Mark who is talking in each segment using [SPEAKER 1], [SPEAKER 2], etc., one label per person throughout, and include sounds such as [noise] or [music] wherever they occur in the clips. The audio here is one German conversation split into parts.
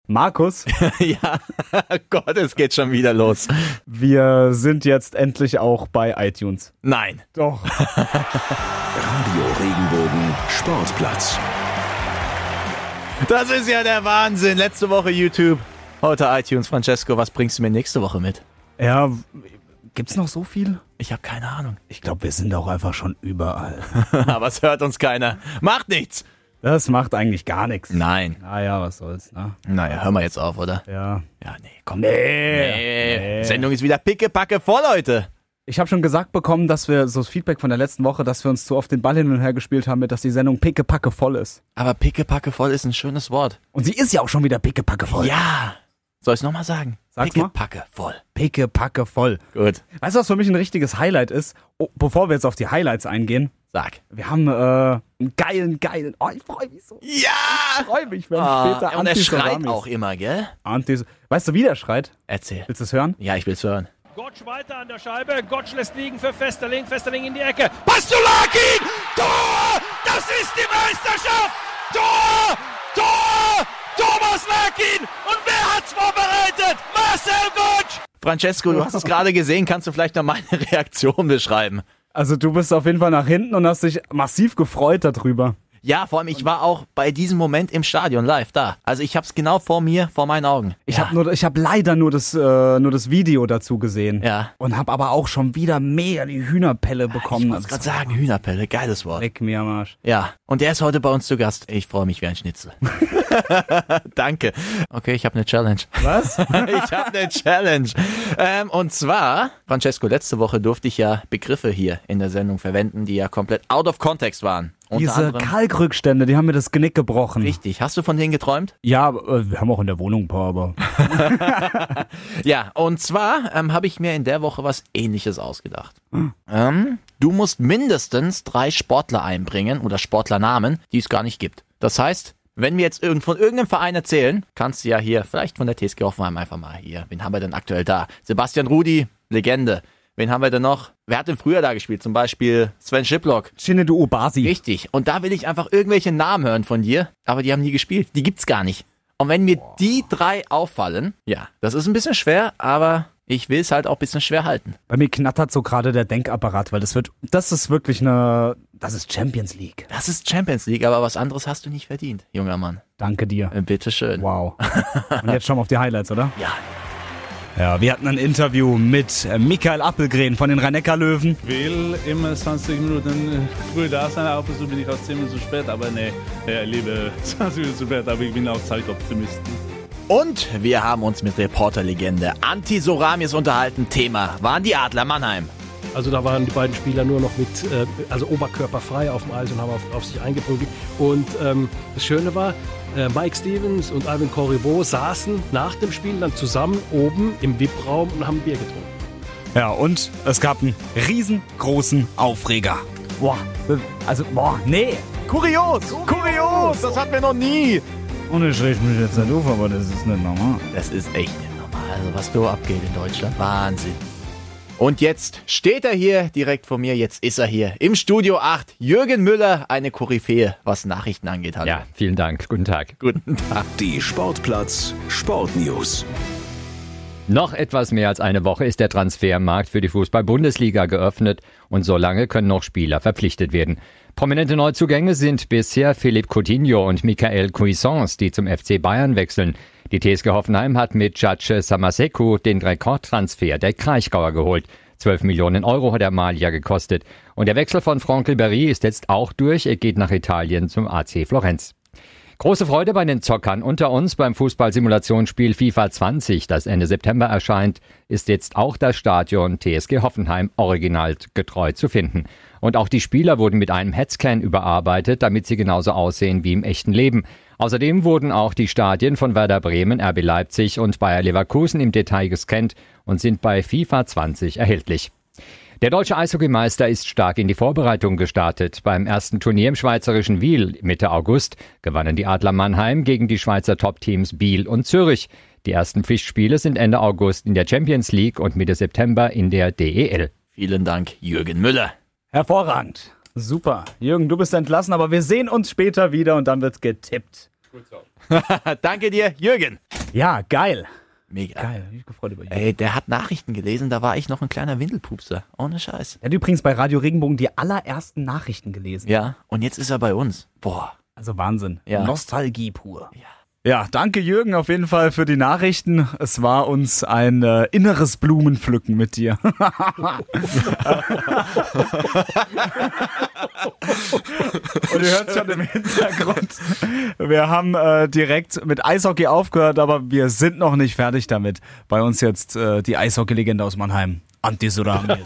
[SPEAKER 1] [laughs] Markus,
[SPEAKER 2] [laughs] ja, Gott, es geht schon wieder los.
[SPEAKER 1] wir sind jetzt endlich auch bei iTunes.
[SPEAKER 2] Nein.
[SPEAKER 1] Doch.
[SPEAKER 3] Radio Regenbogen Sportplatz.
[SPEAKER 2] Das ist ja der Wahnsinn. Letzte Woche YouTube, heute iTunes. Francesco, was bringst du mir nächste Woche mit?
[SPEAKER 1] Ja, gibt's noch so viel?
[SPEAKER 2] Ich habe keine Ahnung. [laughs]
[SPEAKER 1] Ich glaube, wir sind auch einfach schon [laughs] überall.
[SPEAKER 2] Aber es hört uns keiner. Macht nichts.
[SPEAKER 1] Das macht eigentlich gar nichts.
[SPEAKER 2] Nein.
[SPEAKER 1] Naja, was soll's, ne?
[SPEAKER 2] Naja, hör mal jetzt auf, oder?
[SPEAKER 1] Ja.
[SPEAKER 2] Ja, nee, komm. Nee. nee. Sendung ist wieder pickepacke voll heute.
[SPEAKER 1] äh. Ich habe schon gesagt bekommen, dass wir so das Feedback von der letzten Woche, dass wir uns zu oft den Ball hin und her gespielt haben, mit dass die Sendung pickepacke voll ist.
[SPEAKER 2] Aber pickepacke voll ist ein schönes Wort.
[SPEAKER 1] Und sie ist ja auch schon wieder pickepacke voll.
[SPEAKER 2] Ja. Soll ich nochmal sagen?
[SPEAKER 1] Sag's mal.
[SPEAKER 2] pickepacke voll.
[SPEAKER 1] Pickepacke voll.
[SPEAKER 2] Gut.
[SPEAKER 1] Weißt du, was für mich ein richtiges Highlight ist? Oh, bevor wir jetzt auf die Highlights eingehen,
[SPEAKER 2] Sag.
[SPEAKER 1] wir haben äh, einen geilen, geilen. Oh, ich freue mich so.
[SPEAKER 2] Ja. Ah,
[SPEAKER 1] Ich freue mich, wenn später
[SPEAKER 2] und er
[SPEAKER 1] Antis
[SPEAKER 2] schreit
[SPEAKER 1] Salamis-
[SPEAKER 2] auch immer, gell?
[SPEAKER 1] Antis. Weißt du, wie der schreit?
[SPEAKER 2] Erzähl.
[SPEAKER 1] Willst du es hören?
[SPEAKER 2] Ja, ich will's hören.
[SPEAKER 4] Gottsch weiter an der Scheibe. Gottsch lässt liegen für Festerling. Festerling in die Ecke.
[SPEAKER 2] Pastulaki! Tor! Das ist die Meisterschaft! Tor! Tor! Thomas Larkin! Und wer hat's vorbereitet? Marcel Gutsch! Francesco, du hast es gerade gesehen. Kannst du vielleicht noch meine Reaktion beschreiben?
[SPEAKER 1] Also, du bist auf jeden Fall nach hinten und hast dich massiv gefreut darüber.
[SPEAKER 2] Ja, vor allem, ich war auch bei diesem Moment im Stadion live da. Also ich hab's genau vor mir, vor meinen Augen.
[SPEAKER 1] Ich hab habe hab leider nur das, äh, nur das Video dazu gesehen.
[SPEAKER 2] Ja.
[SPEAKER 1] Und habe aber auch schon wieder mega die Hühnerpelle
[SPEAKER 2] Ich
[SPEAKER 1] bekommen.
[SPEAKER 2] muss
[SPEAKER 1] Also,
[SPEAKER 2] gerade sagen, Hühnerpelle, geiles Wort.
[SPEAKER 1] leck mir am Arsch.
[SPEAKER 2] Ja, und der ist heute bei uns zu Gast. Ich freue mich wie
[SPEAKER 1] [laughs]
[SPEAKER 2] ein Schnitzel. Danke. Okay, ich habe
[SPEAKER 1] [laughs]
[SPEAKER 2] eine Challenge.
[SPEAKER 1] Was?
[SPEAKER 2] [laughs] Ich habe eine Challenge. Ähm, und zwar, Francesco, letzte Woche durfte ich ja Begriffe hier in der Sendung verwenden, die ja komplett out of context waren. Unter
[SPEAKER 1] Diese
[SPEAKER 2] anderem.
[SPEAKER 1] Kalkrückstände, die haben mir das Genick gebrochen.
[SPEAKER 2] Richtig. Hast du von denen geträumt?
[SPEAKER 1] Ja, äh, wir haben auch in der Wohnung ein paar, aber.
[SPEAKER 2] Ja, und zwar ähm, habe ich mir in der Woche was ähnliches ausgedacht. Ähm, du musst mindestens drei Sportler einbringen oder Sportlernamen, die es gar nicht gibt. Das heißt, wenn wir jetzt irgend von irgendeinem Verein erzählen, kannst du ja hier vielleicht von der TSG Hoffenheim einfach mal hier. Wen haben wir denn aktuell da? Sebastian Rudi, Legende. Wen haben wir denn noch? Wer hat denn früher da gespielt? Zum Beispiel Sven Schiplock.
[SPEAKER 1] Shinedu Obasi.
[SPEAKER 2] Richtig. Und da will ich einfach irgendwelche Namen hören von dir, aber die haben nie gespielt. Die gibt's gar nicht. Und wenn mir die drei auffallen, ja, das ist ein bisschen schwer, aber ich will's halt auch ein bisschen schwer halten.
[SPEAKER 1] Bei mir knattert so gerade der Denkapparat, weil das wird, das ist wirklich eine, das ist Champions League.
[SPEAKER 2] Das ist Champions League, aber was anderes hast du nicht verdient, junger Mann.
[SPEAKER 1] Danke dir.
[SPEAKER 2] Äh, Bitteschön.
[SPEAKER 1] Wow. Und jetzt schauen wir auf die Highlights, oder?
[SPEAKER 2] Ja.
[SPEAKER 1] Ja, wir hatten ein Interview mit äh, Michael Appelgren von den Rhein-Neckar-Löwen.
[SPEAKER 5] will immer 20 Minuten früh da sein, ab und zu bin ich auch 10 Minuten zu spät, aber nee, ja, ich liebe [laughs] 20 Minuten zu spät, aber ich bin auch Zeitoptimist.
[SPEAKER 2] Und wir haben uns mit Reporterlegende Anti Soramis unterhalten. Thema waren die Adler Mannheim.
[SPEAKER 6] Also da waren die beiden Spieler nur noch mit, äh, also oberkörperfrei auf dem Eis und haben auf, auf sich eingeprügelt. Und ähm, das Schöne war, äh, Mike Stevens und Alvin Corriveau saßen nach dem Spiel dann zusammen oben im VIP-Raum und haben Bier getrunken.
[SPEAKER 1] Ja, und es gab einen riesengroßen Aufreger. Boah, äh, also, boah, nee.
[SPEAKER 2] Kurios, kurios, das hatten wir noch nie.
[SPEAKER 1] Und ich rieche mich jetzt nicht auf, aber das ist nicht normal.
[SPEAKER 2] Das ist echt nicht normal. Also was so abgeht in Deutschland, Wahnsinn. Und jetzt steht er hier direkt vor mir, jetzt ist er hier im Studio 8. Jürgen Müller, eine Koryphäe, was Nachrichten angeht. Hallo.
[SPEAKER 7] Ja, vielen Dank. Guten Tag.
[SPEAKER 2] Guten Tag.
[SPEAKER 3] Die Sportplatz Sportnews.
[SPEAKER 7] Noch etwas mehr als eine Woche ist der Transfermarkt für die Fußball-Bundesliga geöffnet und solange können noch Spieler verpflichtet werden. Prominente Neuzugänge sind bisher Philipp Coutinho und Michael Cuisance, die zum FC Bayern wechseln. Die TSG Hoffenheim hat mit Jace Samaseku den Rekordtransfer der Kraichgauer geholt. 12 Millionen Euro hat der Malia gekostet. Und der Wechsel von Franck Ribéry ist jetzt auch durch. Er geht nach Italien zum AC Florenz. Große Freude bei den Zockern unter uns beim Fußballsimulationsspiel FIFA 20, das Ende September erscheint, ist jetzt auch das Stadion TSG Hoffenheim original getreu zu finden. Und auch die Spieler wurden mit einem Headscan überarbeitet, damit sie genauso aussehen wie im echten Leben. Außerdem wurden auch die Stadien von Werder Bremen, RB Leipzig und Bayer Leverkusen im Detail gescannt und sind bei FIFA 20 erhältlich. Der deutsche Eishockeymeister ist stark in die Vorbereitung gestartet. Beim ersten Turnier im schweizerischen Wiel Mitte August gewannen die Adler Mannheim gegen die Schweizer Top-Teams Biel und Zürich. Die ersten Pflichtspiele sind Ende August in der Champions League und Mitte September in der E DEL.
[SPEAKER 2] Vielen Dank, Jürgen Müller.
[SPEAKER 1] Hervorragend. Super. Jürgen, du bist entlassen, aber wir sehen uns später wieder und dann wird getippt.
[SPEAKER 2] [laughs] Danke dir, Jürgen.
[SPEAKER 1] Ja, geil.
[SPEAKER 2] Mega.
[SPEAKER 1] Geil, hab ich gefreut über ihn.
[SPEAKER 2] Ey, der hat Nachrichten gelesen, da war ich noch ein kleiner Windelpupser. Ohne Scheiß.
[SPEAKER 1] Er hat übrigens bei Radio Regenbogen die allerersten Nachrichten gelesen.
[SPEAKER 2] Ja, und jetzt ist er bei uns. Boah.
[SPEAKER 1] Also Wahnsinn.
[SPEAKER 2] Ja.
[SPEAKER 1] Nostalgie pur. Ja. danke Jürgen auf jeden Fall für die Nachrichten. Es war uns ein äh, inneres Blumenpflücken mit dir. [laughs] Und ihr hört schon im Hintergrund. Wir haben äh, direkt mit Eishockey aufgehört, aber wir sind noch nicht fertig damit. Bei uns jetzt äh, die Eishockey-Legende aus Mannheim. [laughs] Antisurami.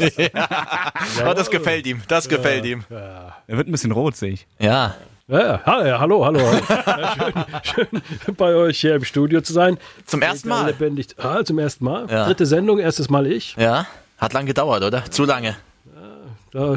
[SPEAKER 2] Aber das gefällt ihm. Das gefällt ihm.
[SPEAKER 1] er wird ein bisschen rot, sehe ich.
[SPEAKER 2] Ja.
[SPEAKER 6] Ja, ja, ja, hallo, hallo. hallo. Ja, schön, [laughs] schön bei euch hier im Studio zu sein.
[SPEAKER 2] Zum ersten
[SPEAKER 6] Wieder
[SPEAKER 2] Mal.
[SPEAKER 6] Lebendig. Ah, zum ersten Mal.
[SPEAKER 2] Ja.
[SPEAKER 6] Dritte Sendung, erstes Mal ich.
[SPEAKER 2] Ja. Hat lang gedauert, oder? Zu lange. [laughs]
[SPEAKER 6] Da,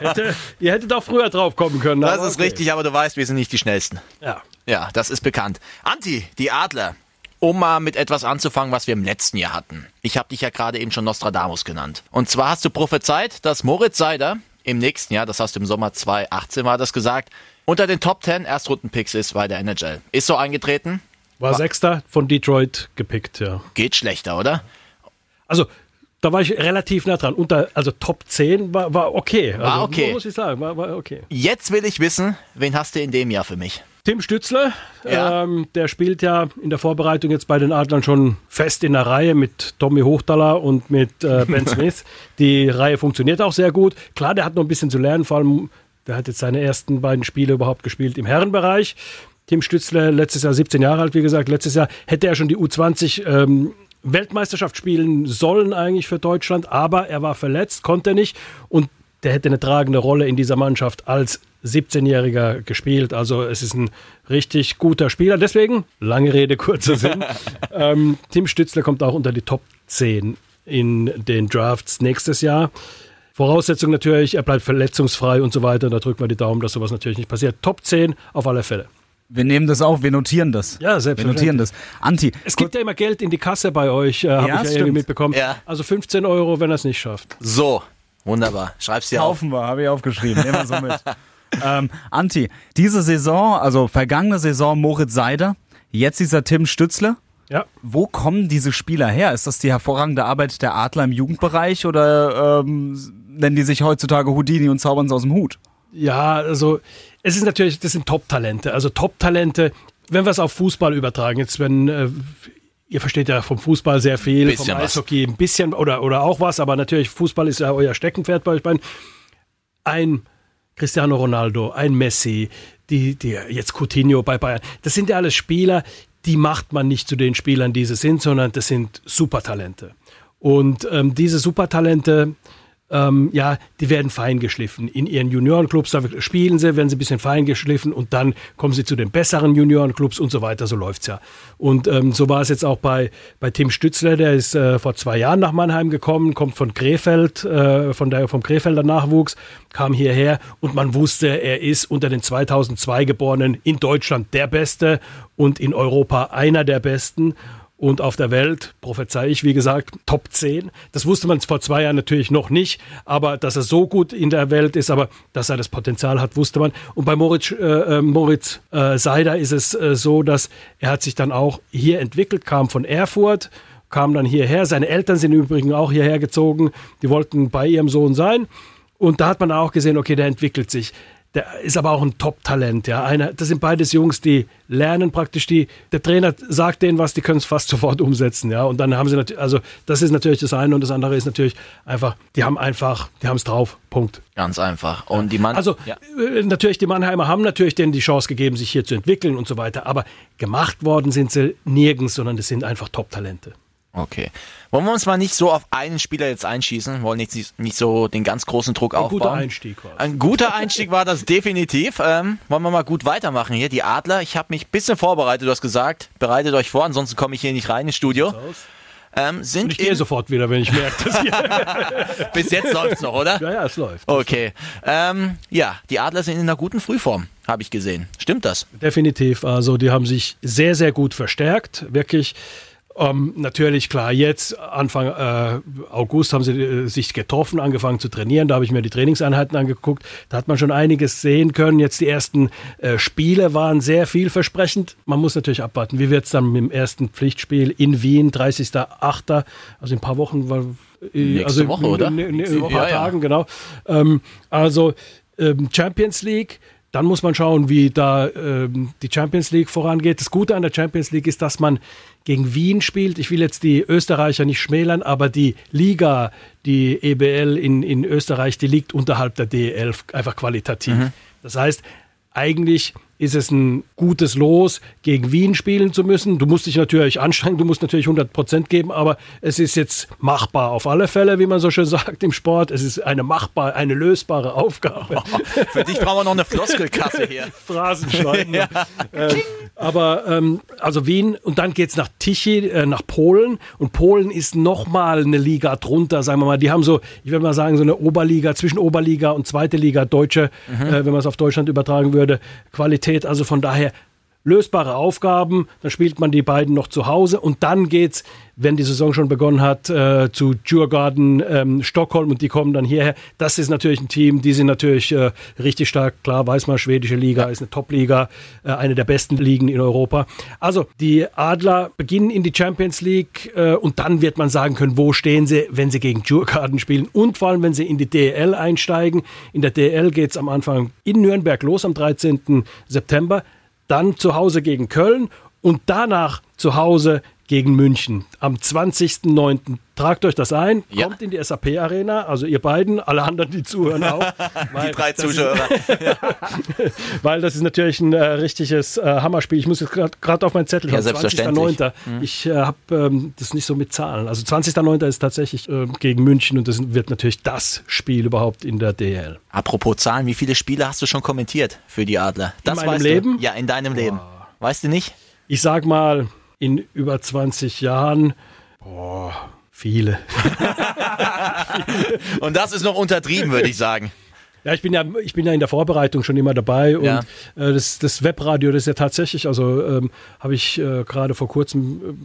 [SPEAKER 6] hätte, ihr hättet auch früher drauf kommen können.
[SPEAKER 2] Das
[SPEAKER 6] aber
[SPEAKER 2] ist
[SPEAKER 6] okay.
[SPEAKER 2] richtig, aber du weißt, wir sind nicht die schnellsten.
[SPEAKER 6] Ja.
[SPEAKER 2] Ja, das ist bekannt. Anti, die Adler. Um mal mit etwas anzufangen, was wir im letzten Jahr hatten. Ich habe dich ja gerade eben schon Nostradamus genannt. Und zwar hast du prophezeit, dass Moritz Seider im nächsten Jahr, das hast du im Sommer 2018 war das gesagt, unter den Top 10 Erstrundenpicks ist bei der NHL. Ist so eingetreten?
[SPEAKER 6] War Sechster von Detroit gepickt, ja.
[SPEAKER 2] Geht schlechter, oder?
[SPEAKER 6] Also, da war ich relativ nah dran. Unter, also Top 10 war, war okay. Also,
[SPEAKER 2] War okay.
[SPEAKER 6] Muss ich sagen, war, war okay.
[SPEAKER 2] Jetzt will ich wissen, wen hast du in dem Jahr für mich?
[SPEAKER 6] Tim Stützle,
[SPEAKER 2] Ja.
[SPEAKER 6] ähm, der spielt ja in der Vorbereitung jetzt bei den Adlern schon fest in der Reihe mit Tommy Hochtaler und mit äh, Ben Smith. Die Reihe funktioniert auch sehr gut. Klar, der hat noch ein bisschen zu lernen, vor allem der hat jetzt seine ersten beiden Spiele überhaupt gespielt im Herrenbereich. Tim Stützle, letztes Jahr 17 Jahre alt, wie gesagt, letztes Jahr hätte er schon die U20 ähm, Weltmeisterschaft spielen sollen eigentlich für Deutschland, aber er war verletzt, konnte nicht und der hätte eine tragende Rolle in dieser Mannschaft als 17-Jähriger gespielt. Also es ist ein richtig guter Spieler. Deswegen, lange Rede,
[SPEAKER 1] [laughs]
[SPEAKER 6] kurzer Sinn. ähm, Tim Stützler kommt auch unter die Top 10 in den Drafts nächstes Jahr. Voraussetzung natürlich, er bleibt verletzungsfrei und so weiter. Da drücken wir die Daumen, dass sowas natürlich nicht passiert. Top 10 auf alle Fälle.
[SPEAKER 1] Wir nehmen das auf, wir notieren das.
[SPEAKER 6] Ja,
[SPEAKER 1] Wir
[SPEAKER 6] selbstverständlich.
[SPEAKER 1] notieren das. Anti,
[SPEAKER 6] Es gibt ja immer Geld in die Kasse bei euch, äh, habe
[SPEAKER 1] Ja,
[SPEAKER 6] ich ja
[SPEAKER 1] stimmt.
[SPEAKER 6] irgendwie mitbekommen.
[SPEAKER 2] Ja.
[SPEAKER 6] Also 15 Euro, wenn er es nicht schafft.
[SPEAKER 2] So, wunderbar. Schreib's dir auf.
[SPEAKER 1] kaufen wir, habe ich aufgeschrieben. Nehmen wir
[SPEAKER 6] [laughs]
[SPEAKER 1] so mit. ähm, Anti, diese Saison, also vergangene Saison Moritz Seider, jetzt dieser Tim Stützle.
[SPEAKER 6] Ja.
[SPEAKER 1] Wo kommen diese Spieler her? Ist das die hervorragende Arbeit der Adler im Jugendbereich oder ähm, nennen die sich heutzutage Houdini und zaubern sie aus dem Hut?
[SPEAKER 6] Ja, also es ist natürlich, das sind Top-Talente. Also Top-Talente, wenn wir es auf Fußball übertragen, jetzt wenn äh, ihr versteht ja vom Fußball sehr viel,
[SPEAKER 2] Bisschen
[SPEAKER 6] vom
[SPEAKER 2] was.
[SPEAKER 6] Eishockey ein bisschen oder, oder auch was, aber natürlich Fußball ist ja euer Steckenpferd bei euch beiden. Ein Cristiano Ronaldo, ein Messi, die, die jetzt Coutinho bei Bayern. Das sind ja alles Spieler, die macht man nicht zu den Spielern, die sie sind, sondern das sind Supertalente. Und ähm, diese Supertalente, ähm, ja, die werden fein geschliffen. In ihren Juniorenclubs, da spielen sie, werden sie ein bisschen fein geschliffen und dann kommen sie zu den besseren Juniorenclubs und so weiter. So läuft's ja. Und ähm, so war es jetzt auch bei, bei Tim Stützler, der ist äh, vor zwei Jahren nach Mannheim gekommen, kommt von Krefeld, äh, von der, vom Krefelder Nachwuchs, kam hierher und man wusste, er ist unter den 2002 Geborenen in Deutschland der Beste und in Europa einer der Besten. Und auf der Welt, prophezei ich, wie gesagt, Top 10. Das wusste man vor zwei Jahren natürlich noch nicht, aber dass er so gut in der Welt ist, aber dass er das Potenzial hat, wusste man. Und bei Moritz, äh, äh, Moritz äh, Seider ist es äh, so, dass er hat sich dann auch hier entwickelt, kam von Erfurt, kam dann hierher. Seine Eltern sind im Übrigen auch hierher gezogen. Die wollten bei ihrem Sohn sein. Und da hat man auch gesehen, okay, der entwickelt sich. Der ist aber auch ein Top-Talent. Ja. Einer, das sind beides Jungs, die lernen praktisch die. Der Trainer sagt denen was, die können es fast [laughs] sofort umsetzen. Ja. Und dann haben sie natürlich, also das ist natürlich das eine und das andere ist natürlich einfach, die haben einfach, die haben es drauf. Punkt.
[SPEAKER 2] Ganz einfach. Und die Mann.
[SPEAKER 6] Also
[SPEAKER 2] ja.
[SPEAKER 6] äh, natürlich, die Mannheimer haben natürlich denen die Chance gegeben, sich hier zu entwickeln und so weiter. Aber gemacht worden sind sie nirgends, sondern es sind einfach Top-Talente.
[SPEAKER 2] Okay. Wollen wir uns mal nicht so auf einen Spieler jetzt einschießen? Wollen nicht, nicht so den ganz großen Druck
[SPEAKER 6] Ein
[SPEAKER 2] aufbauen?
[SPEAKER 6] guter Einstieg war es.
[SPEAKER 2] Ein guter Einstieg war das definitiv. Ähm, wollen wir mal gut weitermachen hier. Die Adler, ich habe mich ein bisschen vorbereitet. Du hast gesagt, bereitet euch vor, ansonsten komme ich hier nicht rein ins Studio. Ähm,
[SPEAKER 6] Und
[SPEAKER 2] sind
[SPEAKER 6] ich gehe
[SPEAKER 2] in-
[SPEAKER 6] sofort wieder, wenn ich merke, dass hier. [laughs]
[SPEAKER 2] Bis jetzt läuft's noch, oder?
[SPEAKER 6] ja, ja, es läuft.
[SPEAKER 2] Okay. Ähm, ja, die Adler sind in einer guten Frühform, habe
[SPEAKER 6] [laughs]
[SPEAKER 2] ich gesehen. Stimmt das?
[SPEAKER 6] Definitiv. Also die haben sich sehr, sehr gut verstärkt. Wirklich Ähm, natürlich, klar, jetzt Anfang äh, August haben sie äh, sich getroffen, angefangen zu trainieren. Da habe ich mir die Trainingseinheiten angeguckt. Da hat man schon einiges sehen können. Jetzt die ersten äh, Spiele waren sehr vielversprechend. Man muss natürlich abwarten. Wie wird es dann mit dem ersten Pflichtspiel in Wien, 30.08., also in ein paar Wochen, weil
[SPEAKER 2] Nächste
[SPEAKER 6] also,
[SPEAKER 2] Woche, oder?
[SPEAKER 6] Ne, ne, in ein paar
[SPEAKER 2] Ja, ja.
[SPEAKER 6] Tagen, genau. Ähm, also ähm, Champions League. Dann muss man schauen, wie da ähm, die Champions League vorangeht. Das Gute an der Champions League ist, dass man gegen Wien spielt. Ich will jetzt die Österreicher nicht schmälern, aber die Liga, die EBL in, in Österreich, die liegt unterhalb der DEL, einfach qualitativ. Das heißt, eigentlich ist es ein gutes Los, gegen Wien spielen zu müssen. Du musst dich natürlich anstrengen, du musst natürlich 100 Prozent geben, aber es ist jetzt machbar auf alle Fälle, wie man so schön [laughs] sagt im Sport. Es ist eine machbar, eine lösbare Aufgabe.
[SPEAKER 2] Für dich brauchen wir noch eine Floskelkasse hier.
[SPEAKER 6] [laughs] Phrasen schneiden. äh, aber ähm, also Wien und dann geht's nach Tichy, äh, nach Polen und Polen ist nochmal eine Liga drunter, sagen wir mal. Die haben so, ich würde mal sagen, so eine Oberliga, zwischen Oberliga und zweite Liga, deutsche, äh, wenn man es auf Deutschland übertragen würde, Qualität. Also von daher lösbare Aufgaben, dann spielt man die beiden noch zu Hause und dann geht's, wenn die Saison schon begonnen hat, äh, zu Djurgården, ähm, Stockholm und die kommen dann hierher. Das ist natürlich ein Team, die sind natürlich äh, richtig stark, klar weiß man, schwedische Liga ist eine Top-Liga, äh, eine der besten Ligen in Europa. Also die Adler beginnen in die Champions League äh, und dann wird man sagen können, wo stehen sie, wenn sie gegen Djurgården spielen und vor allem, wenn sie in die DEL einsteigen. In der DEL geht's am Anfang in Nürnberg los, am 13. September dann zu Hause gegen Köln und danach zu Hause gegen München am 20.09. Tragt euch das ein,
[SPEAKER 2] Ja.
[SPEAKER 6] kommt in die SAP-Arena, also ihr beiden, alle anderen, die zuhören auch.
[SPEAKER 2] Die drei Zuschauer.
[SPEAKER 6] Weil das ist natürlich ein äh, richtiges äh, Hammerspiel. Ich muss jetzt gerade auf meinen Zettel
[SPEAKER 2] Ja,
[SPEAKER 6] schauen.
[SPEAKER 2] selbstverständlich.
[SPEAKER 6] 20.09.
[SPEAKER 2] Mhm.
[SPEAKER 6] Ich äh, habe ähm, das nicht so mit Zahlen. Also 20.09. ist tatsächlich ähm, gegen München und das wird natürlich das Spiel überhaupt in der DL.
[SPEAKER 2] Apropos Zahlen, wie viele Spiele hast du schon kommentiert für die Adler? Das
[SPEAKER 6] meinem
[SPEAKER 2] weißt
[SPEAKER 6] Leben?
[SPEAKER 2] Du. Ja, in deinem Leben. Weißt du nicht?
[SPEAKER 6] Ich sag mal, in über 20 Jahren, boah, viele.
[SPEAKER 2] Und das ist noch untertrieben, würde
[SPEAKER 6] [laughs]
[SPEAKER 2] ich sagen.
[SPEAKER 6] Ja, ich bin ja, ich bin ja in der Vorbereitung schon immer dabei und
[SPEAKER 2] Ja.
[SPEAKER 6] äh, das, das Webradio, das ist ja tatsächlich, also ähm, habe ich äh, gerade vor kurzem ähm,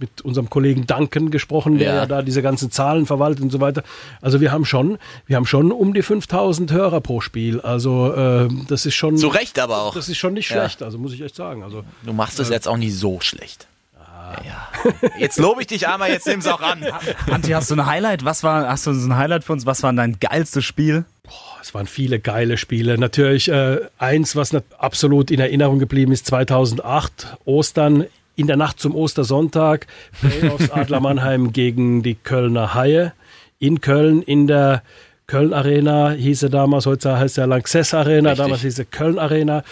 [SPEAKER 6] mit unserem Kollegen Duncan gesprochen, der
[SPEAKER 2] Ja.
[SPEAKER 6] ja. da diese ganzen Zahlen verwaltet und so weiter. Also wir haben schon, wir haben schon um die 5000 Hörer pro Spiel. Also ähm, das ist schon,
[SPEAKER 2] Zu Recht aber auch.
[SPEAKER 6] das ist schon nicht
[SPEAKER 2] Ja.
[SPEAKER 6] schlecht. Also muss ich echt sagen. Also
[SPEAKER 2] Du machst es jetzt auch nicht so schlecht.
[SPEAKER 6] Ah.
[SPEAKER 2] Ja. Jetzt lobe ich dich einmal, jetzt nimm's auch an.
[SPEAKER 1] Anti, hast du ein Highlight? Was war, hast du so ein Highlight für uns? Was war dein geilstes Spiel?
[SPEAKER 6] Es waren viele geile Spiele. Natürlich äh, eins, was nat- absolut in Erinnerung geblieben ist, 2008, Ostern, in der Nacht zum Ostersonntag, Playoffs Adler Mannheim gegen die Kölner Haie in Köln in der Köln Arena hieße damals, heute heißt ja Lanxess Arena,
[SPEAKER 2] Richtig.
[SPEAKER 6] damals hieße Köln Arena.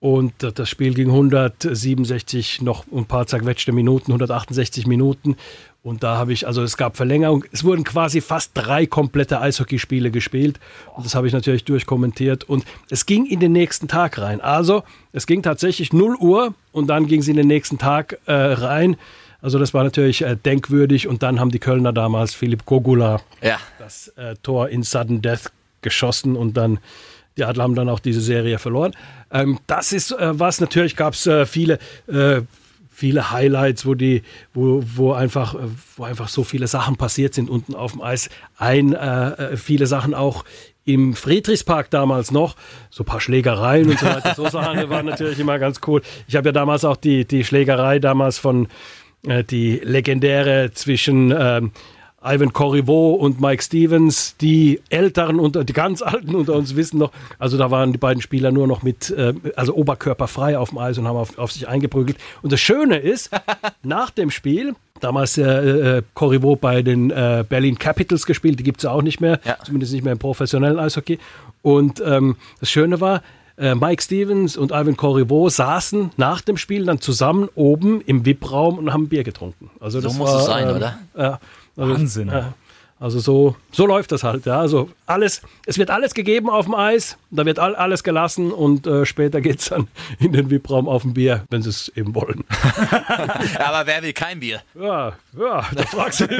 [SPEAKER 6] Und äh, das Spiel ging 167 noch ein paar zerquetschte Minuten, 168 Minuten. Und da habe ich, also es gab Verlängerung. Es wurden quasi fast drei komplette Eishockeyspiele gespielt. Und das habe ich natürlich durchkommentiert. Und es ging in den nächsten Tag rein. Also es ging tatsächlich 0 Uhr und dann ging es in den nächsten Tag äh, rein. Also das war natürlich äh, denkwürdig. Und dann haben die Kölner damals Philipp Gogula
[SPEAKER 2] Ja.
[SPEAKER 6] das äh, Tor in Sudden Death geschossen und dann die Adler haben dann auch diese Serie verloren. Ähm, das ist äh, was. Natürlich gab es äh, viele, äh, viele Highlights, wo die, wo, wo einfach, äh, wo einfach so viele Sachen passiert sind unten auf dem Eis. Ein, äh, äh, viele Sachen auch im Friedrichspark damals noch, so ein paar Schlägereien und so weiter. So Sachen waren natürlich immer ganz cool. Ich habe ja damals auch die, die Schlägerei damals von äh, die legendäre zwischen ähm, Ivan Corriveau und Mike Stevens, die Älteren unter, die ganz Alten unter uns wissen noch, also da waren die beiden Spieler nur noch mit, äh, also oberkörperfrei auf dem Eis und haben auf, auf sich eingeprügelt. Und das Schöne
[SPEAKER 2] [laughs]
[SPEAKER 6] ist, nach dem Spiel, damals äh, äh, Corriveau bei den äh, Berlin Capitals gespielt, die gibt's ja auch nicht mehr,
[SPEAKER 2] Ja.
[SPEAKER 6] zumindest nicht mehr im professionellen Eishockey. Und ähm, das Schöne war, äh, Mike Stevens und Ivan Corriveau saßen nach dem Spiel dann zusammen oben im VIP-Raum und haben Bier getrunken. Also
[SPEAKER 2] So
[SPEAKER 6] das
[SPEAKER 2] muss
[SPEAKER 6] war,
[SPEAKER 2] es sein,
[SPEAKER 6] ähm,
[SPEAKER 2] oder?
[SPEAKER 6] ja. Also,
[SPEAKER 1] Wahnsinn.
[SPEAKER 6] Ja. Also so, so läuft das halt, ja. Also alles, es wird alles gegeben auf dem Eis, da wird all, alles gelassen und äh, später geht's dann [laughs] in den VIP-Raum auf ein Bier, wenn sie es eben wollen.
[SPEAKER 2] Aber wer will kein Bier?
[SPEAKER 6] Ja, ja, da fragst du dich.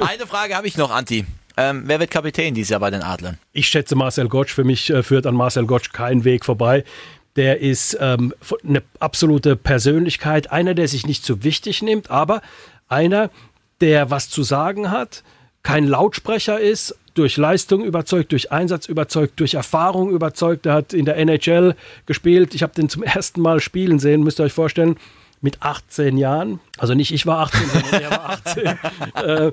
[SPEAKER 2] Eine Frage habe ich noch, Anti. Ähm, wer wird Kapitän dieses Jahr bei den Adlern?
[SPEAKER 6] Ich schätze Marcel Gottsch, für mich äh, führt an Marcel Gottsch kein Weg vorbei. der ist ähm, von- eine absolute Persönlichkeit, einer, der sich nicht so wichtig nimmt, aber einer, der was zu sagen hat, kein Lautsprecher ist, durch Leistung überzeugt, durch Einsatz überzeugt, durch Erfahrung überzeugt. Der hat in der NHL gespielt. Ich habe den zum ersten Mal spielen sehen, müsst ihr euch vorstellen. Mit 18 Jahren, also nicht ich war 18, sondern er war 18. äh,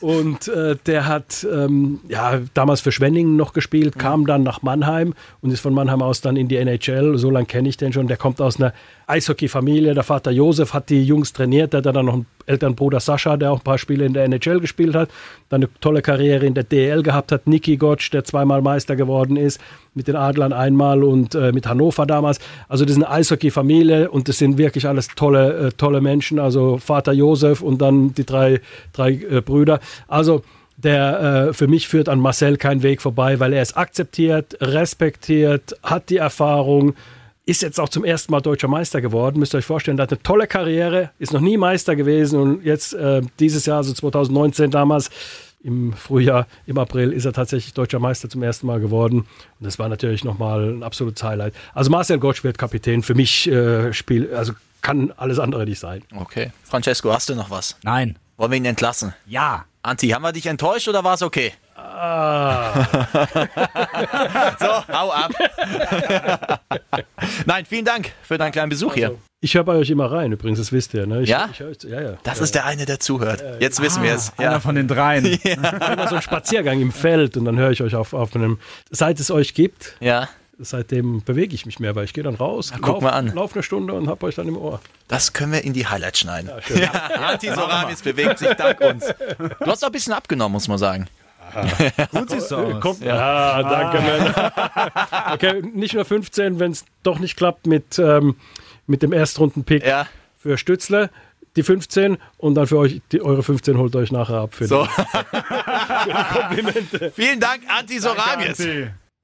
[SPEAKER 6] und äh, der hat ähm, ja, damals für Schwenningen noch gespielt, kam dann nach Mannheim und ist von Mannheim aus dann in die NHL. So lange kenne ich den schon. Der kommt aus einer Eishockey-Familie. Der Vater Josef hat die Jungs trainiert. Der hat dann noch einen Elternbruder Sascha, der auch ein paar Spiele in der NHL gespielt hat. Dann eine tolle Karriere in der DL gehabt hat. Niki Gotsch, der zweimal Meister geworden ist. Mit den Adlern einmal und äh, mit Hannover damals. Also das ist eine Eishockey-Familie und das sind wirklich alles tolle, äh, tolle Menschen. Also Vater Josef und dann die drei, drei äh, Brüder. Also der äh, für mich führt an Marcel kein Weg vorbei, weil er ist akzeptiert, respektiert, hat die Erfahrung, ist jetzt auch zum ersten Mal deutscher Meister geworden. Müsst ihr euch vorstellen, der hat eine tolle Karriere, ist noch nie Meister gewesen und jetzt äh, dieses Jahr, also 2019 damals, im Frühjahr, im April, ist er tatsächlich deutscher Meister zum ersten Mal geworden. Und das war natürlich nochmal ein absolutes Highlight. Also Marcel Gottsch wird Kapitän. Für mich äh, Spiel, also kann alles andere nicht sein.
[SPEAKER 2] Okay. Francesco, hast du noch was?
[SPEAKER 1] Nein.
[SPEAKER 2] Wollen wir ihn entlassen?
[SPEAKER 1] Ja.
[SPEAKER 2] Anti, haben wir dich enttäuscht oder war
[SPEAKER 6] [laughs]
[SPEAKER 2] es okay? so, hau
[SPEAKER 6] [laughs]
[SPEAKER 2] ab. Nein, vielen Dank für deinen kleinen Besuch hier.
[SPEAKER 6] Ich höre bei euch immer rein, übrigens, das wisst ihr. Ne? Ich,
[SPEAKER 2] Ja?
[SPEAKER 6] Ich, höre euch- ja, ja.
[SPEAKER 2] Das ist der eine, der zuhört. Jetzt wissen wir
[SPEAKER 1] Äh,
[SPEAKER 2] es.
[SPEAKER 1] ah, Einer
[SPEAKER 2] [laughs] Ja.
[SPEAKER 1] von den dreien.
[SPEAKER 6] immer so ein Spaziergang im Feld und dann höre ich euch auf, auf einem. Seit es euch gibt,
[SPEAKER 2] ja.
[SPEAKER 6] seitdem bewege ich mich mehr, weil ich gehe dann raus,
[SPEAKER 2] guck
[SPEAKER 6] lauf,
[SPEAKER 2] mal an.
[SPEAKER 6] lauf eine Stunde und hab euch dann im Ohr.
[SPEAKER 2] Das können wir in die Highlights schneiden. Ja, Anti Soramis bewegt sich
[SPEAKER 1] [laughs]
[SPEAKER 2] dank uns. Du hast auch ein bisschen abgenommen, muss man sagen.
[SPEAKER 1] Gut siehst du aus.
[SPEAKER 6] Kommt, Ah, danke, Mann. [laughs] okay, nicht nur 15, wenn es doch nicht klappt mit, ähm, mit dem Erstrunden-Pick
[SPEAKER 2] Ja.
[SPEAKER 6] für Stützle. Die 15 und dann für euch, die, eure 15 holt euch nachher ab. Für
[SPEAKER 1] [laughs]
[SPEAKER 2] So. Vielen Dank, Anti Soramis.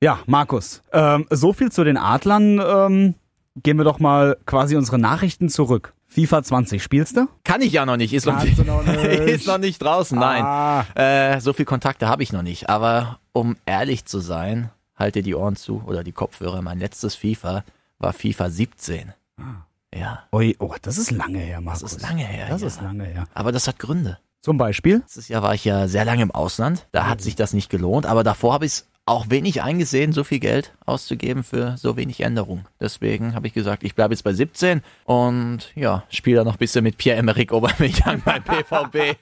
[SPEAKER 1] Ja, Markus. Ähm, so viel zu den Adlern. Ähm, gehen wir doch mal quasi unsere Nachrichten zurück. FIFA 20, spielst du?
[SPEAKER 2] Kann ich ja noch nicht. [laughs] Ist noch,
[SPEAKER 1] Kannst du noch nicht.
[SPEAKER 2] ist noch nicht draußen. Nein.
[SPEAKER 1] Ah,
[SPEAKER 2] Äh, so viel Kontakte habe ich noch nicht. Aber um ehrlich zu sein, halte die Ohren zu oder die Kopfhörer. Mein letztes FIFA war FIFA 17.
[SPEAKER 1] Ah.
[SPEAKER 2] Ja,
[SPEAKER 1] ui, oh, das ist lange her, Markus.
[SPEAKER 2] das ist lange her.
[SPEAKER 1] Das
[SPEAKER 2] ja.
[SPEAKER 1] ist lange her.
[SPEAKER 2] Aber das hat Gründe.
[SPEAKER 1] Zum Beispiel?
[SPEAKER 2] Letztes Jahr war ich ja sehr lange im Ausland. Da hat sich das nicht gelohnt. Aber davor habe ich es auch wenig eingesehen, so viel Geld auszugeben für so wenig Änderung. Deswegen habe ich gesagt, ich bleibe jetzt bei 17 und ja, spiele da noch ein bisschen mit Pierre-Emerick Aubameyang beim BVB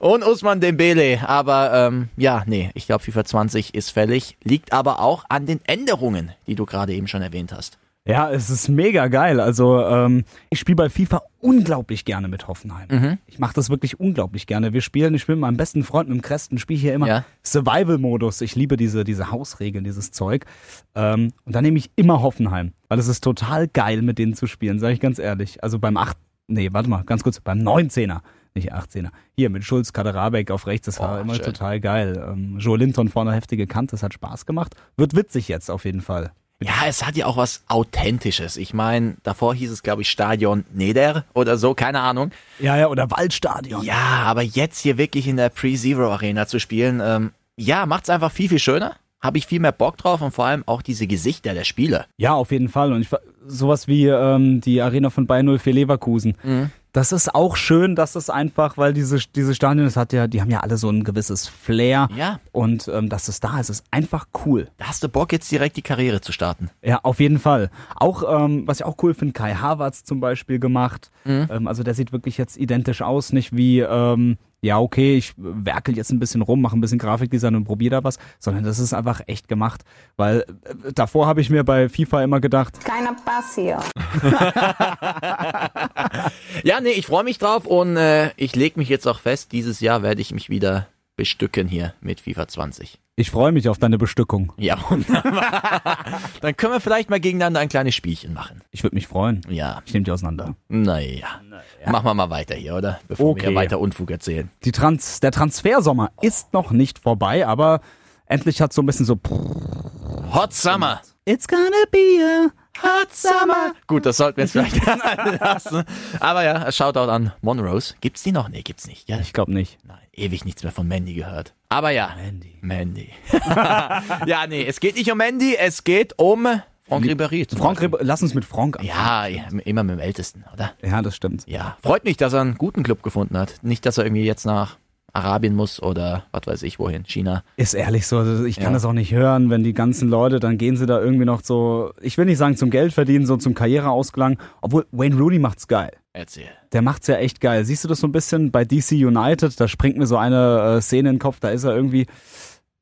[SPEAKER 2] und Usman Dembele. Aber ähm, ja, nee, ich glaube FIFA 20 ist fällig. Liegt aber auch an den Änderungen, die du gerade eben schon erwähnt hast.
[SPEAKER 1] Ja, es ist mega geil. Also ähm, ich spiele bei FIFA unglaublich gerne mit Hoffenheim.
[SPEAKER 2] Mhm.
[SPEAKER 1] Ich mache das wirklich unglaublich gerne. Wir spielen, ich bin mit meinem besten Freund, mit dem Kresten, spiele hier immer
[SPEAKER 2] Ja.
[SPEAKER 1] Survival-Modus. Ich liebe diese, diese Hausregeln, dieses Zeug. Ähm, und da nehme ich immer Hoffenheim, weil es ist total geil, mit denen zu spielen, sage ich ganz ehrlich. Also beim 8, nee, warte mal, ganz kurz, beim 19er. Nicht 18er. Hier mit Schulz, Kaderabek auf rechts, das war
[SPEAKER 2] Oh,
[SPEAKER 1] immer
[SPEAKER 2] schön.
[SPEAKER 1] total geil. Ähm, Joe Linton vorne heftige Kante, das hat Spaß gemacht. Wird witzig jetzt auf jeden Fall.
[SPEAKER 2] Ja, es hat ja auch was Authentisches. Ich meine, davor hieß es, glaube ich, Stadion Neder oder so, keine Ahnung.
[SPEAKER 1] Ja, ja, oder Waldstadion.
[SPEAKER 2] Ja, aber jetzt hier wirklich in der Pre-Zero Arena zu spielen, ähm, ja, macht's einfach viel, viel schöner. Habe ich viel mehr Bock drauf und vor allem auch diese Gesichter der Spieler.
[SPEAKER 1] Ja, auf jeden Fall. Und ich, fa- sowas wie ähm, die Arena von Bayern 04 Leverkusen. Das ist auch schön, dass das einfach, weil diese, diese Stadien, das hat ja, die haben ja alle so ein gewisses Flair.
[SPEAKER 2] Ja.
[SPEAKER 1] Und ähm, dass es da ist, ist einfach cool.
[SPEAKER 2] Da hast du Bock, jetzt direkt die Karriere zu starten.
[SPEAKER 1] Ja, auf jeden Fall. Auch, ähm, was ich auch cool finde, Kai Havertz zum Beispiel gemacht. Ähm, also der sieht wirklich jetzt identisch aus, nicht wie, ähm, ja, okay, ich werkel jetzt ein bisschen rum, mache ein bisschen Grafikdesign und probiere da was, sondern das ist einfach echt gemacht. Weil äh, davor habe ich mir bei FIFA immer gedacht,
[SPEAKER 8] Keiner Pass hier.
[SPEAKER 2] Ja, nee, ich freue mich drauf und äh, ich leg mich jetzt auch fest, dieses Jahr werde ich mich wieder bestücken hier mit FIFA 20.
[SPEAKER 1] ich freue mich auf deine Bestückung.
[SPEAKER 2] Ja, [laughs] wunderbar. Dann können wir vielleicht mal gegeneinander ein kleines Spielchen machen.
[SPEAKER 1] Ich würde mich freuen.
[SPEAKER 2] Ja,
[SPEAKER 1] Ich nehme die auseinander.
[SPEAKER 2] naja. Machen wir mal weiter hier, oder? Bevor wir
[SPEAKER 1] Okay.
[SPEAKER 2] hier weiter Unfug erzählen.
[SPEAKER 1] Die Trans der Transfersommer ist noch nicht vorbei, aber endlich hat so ein bisschen so.
[SPEAKER 2] Hot Summer!
[SPEAKER 1] It's gonna be a hot
[SPEAKER 2] Summer. Gut, das sollten wir jetzt vielleicht [laughs] lassen. Aber ja, Shoutout an Monrose. Gibt's die noch? Nee, gibt's nicht. Ja,
[SPEAKER 1] Ich glaube nicht.
[SPEAKER 2] nein, ewig nichts mehr von Mandy gehört. [laughs] Aber ja. Mandy. Mandy. ja, nee, es geht nicht um Mandy, es geht um Franck Ribéry. zum
[SPEAKER 1] Franck,
[SPEAKER 2] Beispiel.
[SPEAKER 1] Rib- lass uns mit Franck anfangen.
[SPEAKER 2] Ja, ja, immer mit dem Ältesten, oder?
[SPEAKER 1] Ja, das stimmt.
[SPEAKER 2] Ja, freut mich, dass er einen guten Club gefunden hat. Nicht, dass er irgendwie jetzt nach Arabien muss oder was weiß ich wohin, China.
[SPEAKER 1] Ist ehrlich so, das- ich kann
[SPEAKER 2] Ja.
[SPEAKER 1] das auch nicht hören, wenn die ganzen Leute, dann gehen sie da irgendwie noch so, ich will nicht sagen zum Geld verdienen, so zum Karriereausklang, obwohl Wayne Rooney macht's geil.
[SPEAKER 2] Erzähl.
[SPEAKER 1] Der macht's ja echt geil. Siehst du das so ein bisschen bei DC United? Da springt mir so eine äh, Szene in den Kopf, da ist er irgendwie.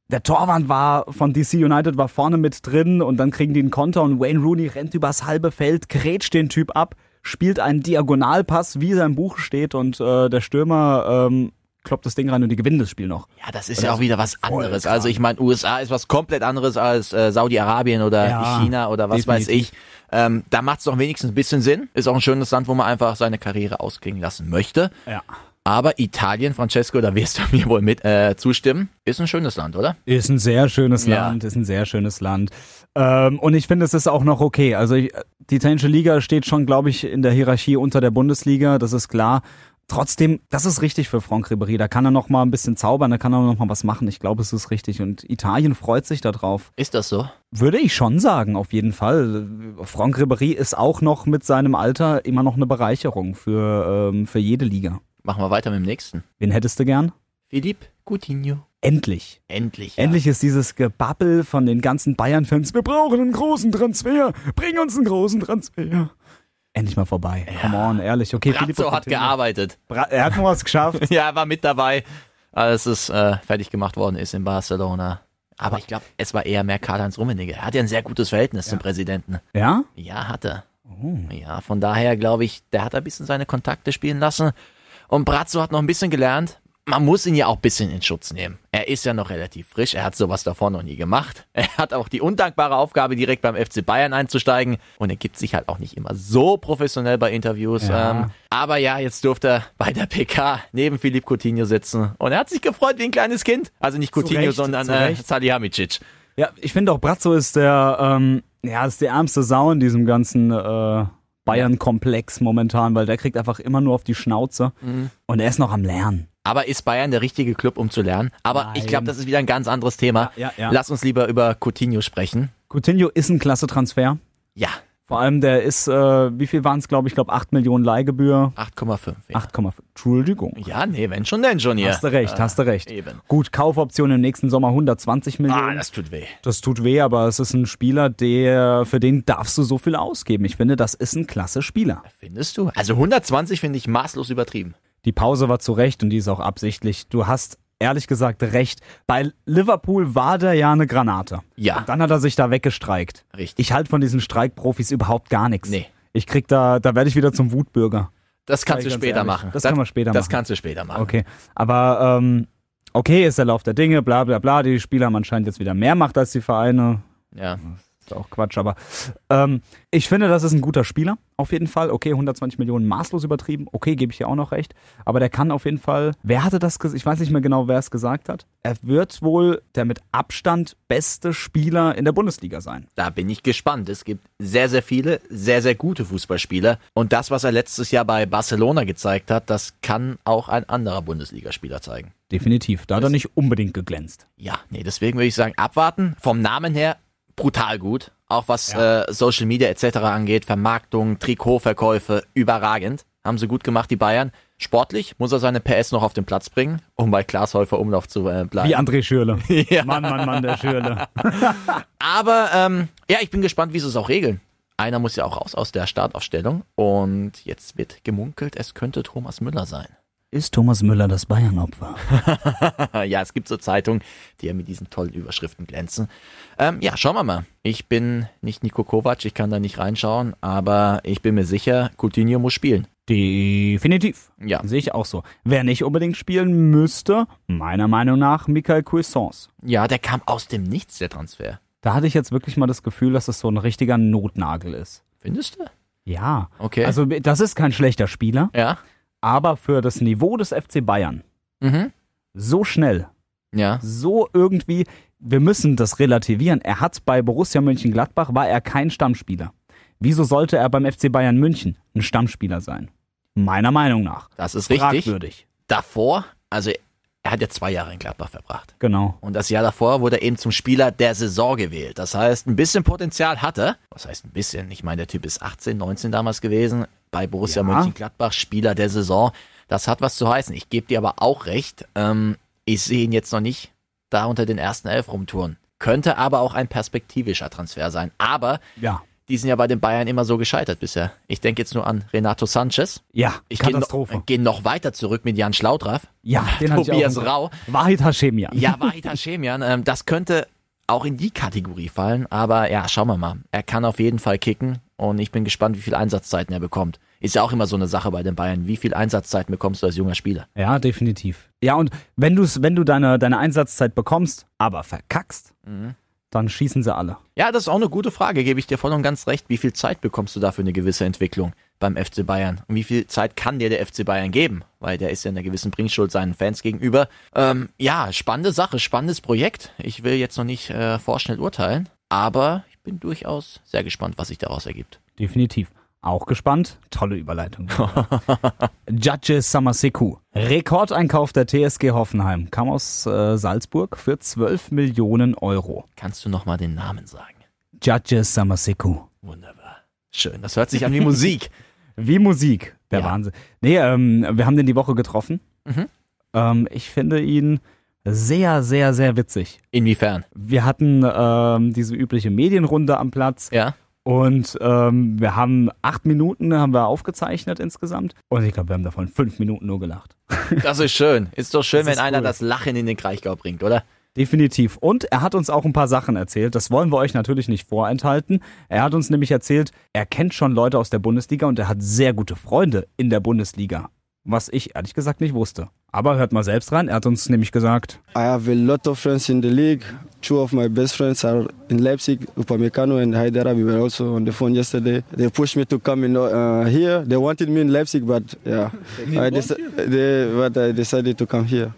[SPEAKER 1] Der Torwart war von DC United war vorne mit drin und dann kriegen die einen Konter und Wayne Rooney rennt übers halbe Feld, grätscht den Typ ab, spielt einen Diagonalpass, wie sein Buch steht und äh, der Stürmer ähm, kloppt das Ding rein und die gewinnen das Spiel noch.
[SPEAKER 2] Ja, das ist ja auch wieder was anderes. Also ich meine, USA ist was komplett anderes als äh, Saudi-Arabien oder
[SPEAKER 1] Ja,
[SPEAKER 2] China oder was weiß ich.
[SPEAKER 1] definitiv.
[SPEAKER 2] Ähm, da macht es doch wenigstens ein bisschen Sinn. Ist auch ein schönes Land, wo man einfach seine Karriere ausklingen lassen möchte.
[SPEAKER 1] Ja.
[SPEAKER 2] Aber Italien, Francesco, da wirst du [laughs] mir wohl mit äh, zustimmen. Ist ein schönes Land, oder?
[SPEAKER 1] Ist ein sehr schönes
[SPEAKER 2] Ja.
[SPEAKER 1] Land, ist ein sehr schönes Land. Ähm, und ich finde, es ist auch noch okay. Also ich, die italienische Liga steht schon, glaube ich, in der Hierarchie unter der Bundesliga, das ist klar. Trotzdem, das ist richtig für Franck Ribéry. Da kann er noch mal ein bisschen zaubern, da kann er noch mal was machen. Ich glaube, es ist richtig. Und Italien freut sich darauf.
[SPEAKER 2] Ist das so?
[SPEAKER 1] Würde ich schon sagen, auf jeden Fall. Franck Ribéry ist auch noch mit seinem Alter immer noch eine Bereicherung für, ähm, für jede Liga.
[SPEAKER 2] Machen wir weiter mit dem nächsten.
[SPEAKER 1] Wen hättest du gern?
[SPEAKER 2] Philipp Coutinho.
[SPEAKER 1] Endlich.
[SPEAKER 2] Endlich. ja.
[SPEAKER 1] Endlich ist dieses Gebabbel von den ganzen Bayern-Fans, wir brauchen einen großen Transfer, bring uns einen großen Transfer. Endlich mal vorbei. Come on, ehrlich. Okay,
[SPEAKER 2] Brazzo
[SPEAKER 1] Filippo
[SPEAKER 2] hat
[SPEAKER 1] Coutinho.
[SPEAKER 2] gearbeitet.
[SPEAKER 1] Bra er hat noch was [laughs] geschafft.
[SPEAKER 2] [laughs] Ja, er war mit dabei, als es äh, fertig gemacht worden ist in Barcelona. Aber ich glaube, es war eher mehr Karl-Heinz Rummenigge. Er hat ja ein sehr gutes Verhältnis zum Präsidenten.
[SPEAKER 1] ja?
[SPEAKER 2] Ja, hat er.
[SPEAKER 1] Oh.
[SPEAKER 2] Ja, von daher glaube ich, der hat ein bisschen seine Kontakte spielen lassen. Und Brazzo hat noch ein bisschen gelernt. Man muss ihn ja auch ein bisschen in Schutz nehmen. Er ist ja noch relativ frisch. Er hat sowas davor noch nie gemacht. [laughs] Er hat auch die undankbare Aufgabe, direkt beim FC Bayern einzusteigen. Und er gibt sich halt auch nicht immer so professionell bei Interviews. Ähm, aber ja, jetzt durfte er bei der PK neben Philipp Coutinho sitzen. Und er hat sich gefreut wie ein kleines Kind. Also nicht Coutinho,
[SPEAKER 1] Recht,
[SPEAKER 2] sondern
[SPEAKER 1] zu
[SPEAKER 2] äh,
[SPEAKER 1] Recht.
[SPEAKER 2] Salihamidzic.
[SPEAKER 1] Ja, ich finde auch Brazzo ist der, ähm, ja, ist die ärmste Sau in diesem ganzen äh, Bayern-Komplex momentan, weil der kriegt einfach immer nur auf die Schnauze und er ist noch am Lernen.
[SPEAKER 2] Aber ist Bayern der richtige Club, um zu lernen? Aber ich
[SPEAKER 1] Nein.
[SPEAKER 2] glaube, das ist wieder ein ganz anderes Thema.
[SPEAKER 1] Ja, ja, ja.
[SPEAKER 2] Lass uns lieber über Coutinho sprechen.
[SPEAKER 1] Coutinho ist ein klasse Transfer.
[SPEAKER 2] Ja,
[SPEAKER 1] Vor allem der ist, äh, wie viel waren es, glaube ich, glaube 8 Millionen Leihgebühr.
[SPEAKER 2] 8,5. Ja.
[SPEAKER 1] 8,5. Entschuldigung.
[SPEAKER 2] ja, nee, wenn schon, denn schon hier. Äh,
[SPEAKER 1] Hast du recht, hast du recht.
[SPEAKER 2] eben.
[SPEAKER 1] Gut, Kaufoption im nächsten Sommer 120 Millionen.
[SPEAKER 2] Ah, das tut weh.
[SPEAKER 1] das tut weh, aber es ist ein Spieler, der für den darfst du so viel ausgeben. Ich finde, das ist ein klasse Spieler.
[SPEAKER 2] Findest du? Also 120 finde ich maßlos übertrieben.
[SPEAKER 1] Die Pause war zu Recht und die ist auch absichtlich. Du hast ehrlich gesagt recht. Bei Liverpool war der ja eine Granate.
[SPEAKER 2] Ja.
[SPEAKER 1] Und dann hat er sich da weggestreikt.
[SPEAKER 2] Richtig.
[SPEAKER 1] Ich halte von diesen Streikprofis überhaupt gar nichts.
[SPEAKER 2] Nee.
[SPEAKER 1] Ich krieg da, da werde ich wieder zum Wutbürger.
[SPEAKER 2] Das kannst
[SPEAKER 1] Sei
[SPEAKER 2] du
[SPEAKER 1] ganz
[SPEAKER 2] später
[SPEAKER 1] ehrlich,
[SPEAKER 2] machen.
[SPEAKER 1] das kann man später
[SPEAKER 2] Das
[SPEAKER 1] machen.
[SPEAKER 2] kannst du später machen.
[SPEAKER 1] Okay, aber ähm, okay ist der Lauf der Dinge, bla bla bla. Die Spieler haben anscheinend jetzt wieder mehr Macht als die Vereine.
[SPEAKER 2] Ja.
[SPEAKER 1] Ist auch Quatsch, aber ähm, ich finde, das ist ein guter Spieler, auf jeden Fall. Okay, 120 Millionen maßlos übertrieben. Okay, gebe ich dir auch noch recht. Aber der kann auf jeden Fall, wer hatte das gesagt? Ich weiß nicht mehr genau, wer es gesagt hat. Er wird wohl der mit Abstand beste Spieler in der Bundesliga sein.
[SPEAKER 2] Da bin ich gespannt. Es gibt sehr, sehr viele, sehr, sehr gute Fußballspieler. Und das, was er letztes Jahr bei Barcelona gezeigt hat, das kann auch ein anderer Bundesligaspieler zeigen.
[SPEAKER 1] Definitiv. Da hat er nicht unbedingt geglänzt.
[SPEAKER 2] Ja, nee, deswegen würde ich sagen, abwarten. Vom Namen her brutal gut. Auch was äh, Social Media etc. angeht, Vermarktung, Trikotverkäufe, überragend. Haben sie gut gemacht, die Bayern. Sportlich muss er seine PS noch auf den Platz bringen, um bei Klaas Häufer Umlauf zu äh, bleiben.
[SPEAKER 1] Wie André [laughs] Schürle.
[SPEAKER 2] Ja.
[SPEAKER 1] Mann, Mann, Mann, der Schürle.
[SPEAKER 2] Aber ähm, ja, ich bin gespannt, wie sie es auch regeln. Einer muss ja auch raus aus der Startaufstellung. Und jetzt wird gemunkelt, es könnte Thomas Müller sein.
[SPEAKER 1] Ist Thomas Müller das Bayern-Opfer?
[SPEAKER 2] Äh, ja, es gibt so Zeitungen, die ja mit diesen tollen Überschriften glänzen. Ähm, ja, schauen wir mal. Ich bin nicht Nico Kovac, ich kann da nicht reinschauen, aber ich bin mir sicher, Coutinho muss spielen.
[SPEAKER 1] Definitiv.
[SPEAKER 2] Ja.
[SPEAKER 1] Sehe ich auch so. Wer nicht unbedingt spielen müsste, meiner Meinung nach Michael Cuisance.
[SPEAKER 2] Ja, der kam aus dem Nichts, der Transfer.
[SPEAKER 1] Da hatte ich jetzt wirklich mal das Gefühl, dass das so ein richtiger Notnagel ist.
[SPEAKER 2] Findest du?
[SPEAKER 1] Ja.
[SPEAKER 2] Okay.
[SPEAKER 1] Also das ist kein schlechter Spieler,
[SPEAKER 2] Ja.
[SPEAKER 1] aber für das Niveau des FC Bayern
[SPEAKER 2] Mhm.
[SPEAKER 1] so schnell,
[SPEAKER 2] Ja.
[SPEAKER 1] so irgendwie, wir müssen das relativieren. Er hat bei Borussia Mönchengladbach war er kein Stammspieler. Wieso sollte er beim FC Bayern München ein Stammspieler sein? Meiner Meinung nach.
[SPEAKER 2] Das ist richtig.
[SPEAKER 1] Fragwürdig.
[SPEAKER 2] Davor, also er hat ja zwei Jahre in Gladbach verbracht.
[SPEAKER 1] Genau.
[SPEAKER 2] Und das Jahr davor wurde er eben zum Spieler der Saison gewählt. Das heißt, ein bisschen Potenzial hat er. Was heißt ein bisschen? Ich meine, der Typ ist 18, 19 damals gewesen. Bei Borussia Mönchengladbach Spieler der Saison. Das hat was zu heißen. Ich gebe dir aber auch recht. Ähm, ich sehe ihn jetzt noch nicht da unter den ersten Elf rumtouren. Könnte aber auch ein perspektivischer Transfer sein. Aber
[SPEAKER 1] Ja.
[SPEAKER 2] die sind ja bei den Bayern immer so gescheitert bisher. Ich denke jetzt nur an Renato Sanchez.
[SPEAKER 1] Ja,
[SPEAKER 2] Ich gehe noch,
[SPEAKER 1] Katastrophe.
[SPEAKER 2] geh noch weiter zurück mit Jan Schlaudraff.
[SPEAKER 1] ja, den hatte ich auch.
[SPEAKER 2] Tobias
[SPEAKER 1] im Kopf.
[SPEAKER 2] Rau.
[SPEAKER 1] Wahid Hashemian.
[SPEAKER 2] Ja, Wahid Hashemian, ähm, das könnte auch in die Kategorie fallen, aber ja, schauen wir mal. Er kann auf jeden Fall kicken und ich bin gespannt, wie viel Einsatzzeiten er bekommt. Ist ja auch immer so eine Sache bei den Bayern. Wie viel Einsatzzeiten bekommst du als junger Spieler?
[SPEAKER 1] Ja, definitiv. Ja, und wenn, du's, wenn du deine, deine Einsatzzeit bekommst, aber verkackst, dann schießen sie alle.
[SPEAKER 2] Ja, das ist auch eine gute Frage, gebe ich dir voll und ganz recht. Wie viel Zeit bekommst du dafür eine gewisse Entwicklung beim FC Bayern? Und wie viel Zeit kann dir der FC Bayern geben? Weil der ist ja in einer gewissen Bringschuld seinen Fans gegenüber. Ähm, ja, spannende Sache, spannendes Projekt. Ich will jetzt noch nicht äh, vorschnell urteilen, aber ich bin durchaus sehr gespannt, was sich daraus ergibt.
[SPEAKER 1] Definitiv. Auch gespannt. Tolle Überleitung. Judges Samaseku. Rekordeinkauf der TSG Hoffenheim. Kam aus äh, Salzburg für 12 Millionen Euro.
[SPEAKER 2] [laughs] Kannst du nochmal den Namen sagen?
[SPEAKER 1] Judges Samaseku.
[SPEAKER 2] Wunderbar. Schön, das hört sich an wie Musik.
[SPEAKER 1] Wie Musik. Der
[SPEAKER 2] Ja.
[SPEAKER 1] Wahnsinn. Nee, ähm, wir haben den die Woche getroffen. Ähm, ich finde ihn sehr, sehr, sehr witzig.
[SPEAKER 2] [laughs] Inwiefern?
[SPEAKER 1] Wir hatten ähm, diese übliche Medienrunde am Platz.
[SPEAKER 2] Ja.
[SPEAKER 1] Und ähm, wir haben acht Minuten haben wir aufgezeichnet insgesamt. Und ich glaube, wir haben davon fünf Minuten nur gelacht.
[SPEAKER 2] Das ist schön. Ist doch schön, wenn
[SPEAKER 1] ist
[SPEAKER 2] einer
[SPEAKER 1] cool.
[SPEAKER 2] das Lachen in den Kraichgau bringt, oder?
[SPEAKER 1] Definitiv. Und er hat uns auch ein paar Sachen erzählt. Das wollen wir euch natürlich nicht vorenthalten. Er hat uns nämlich erzählt, er kennt schon Leute aus der Bundesliga und er hat sehr gute Freunde in der Bundesliga. Was ich ehrlich gesagt nicht wusste. Aber hört mal selbst rein. Er hat uns nämlich gesagt,
[SPEAKER 8] I have a lot of friends in the league. Two of my best friends are in Leipzig, Upamecano and Haidara. We were also on the phone yesterday. They pushed me to come in uh, here. They wanted me in Leipzig, but yeah, I deci- they, but I decided to come here.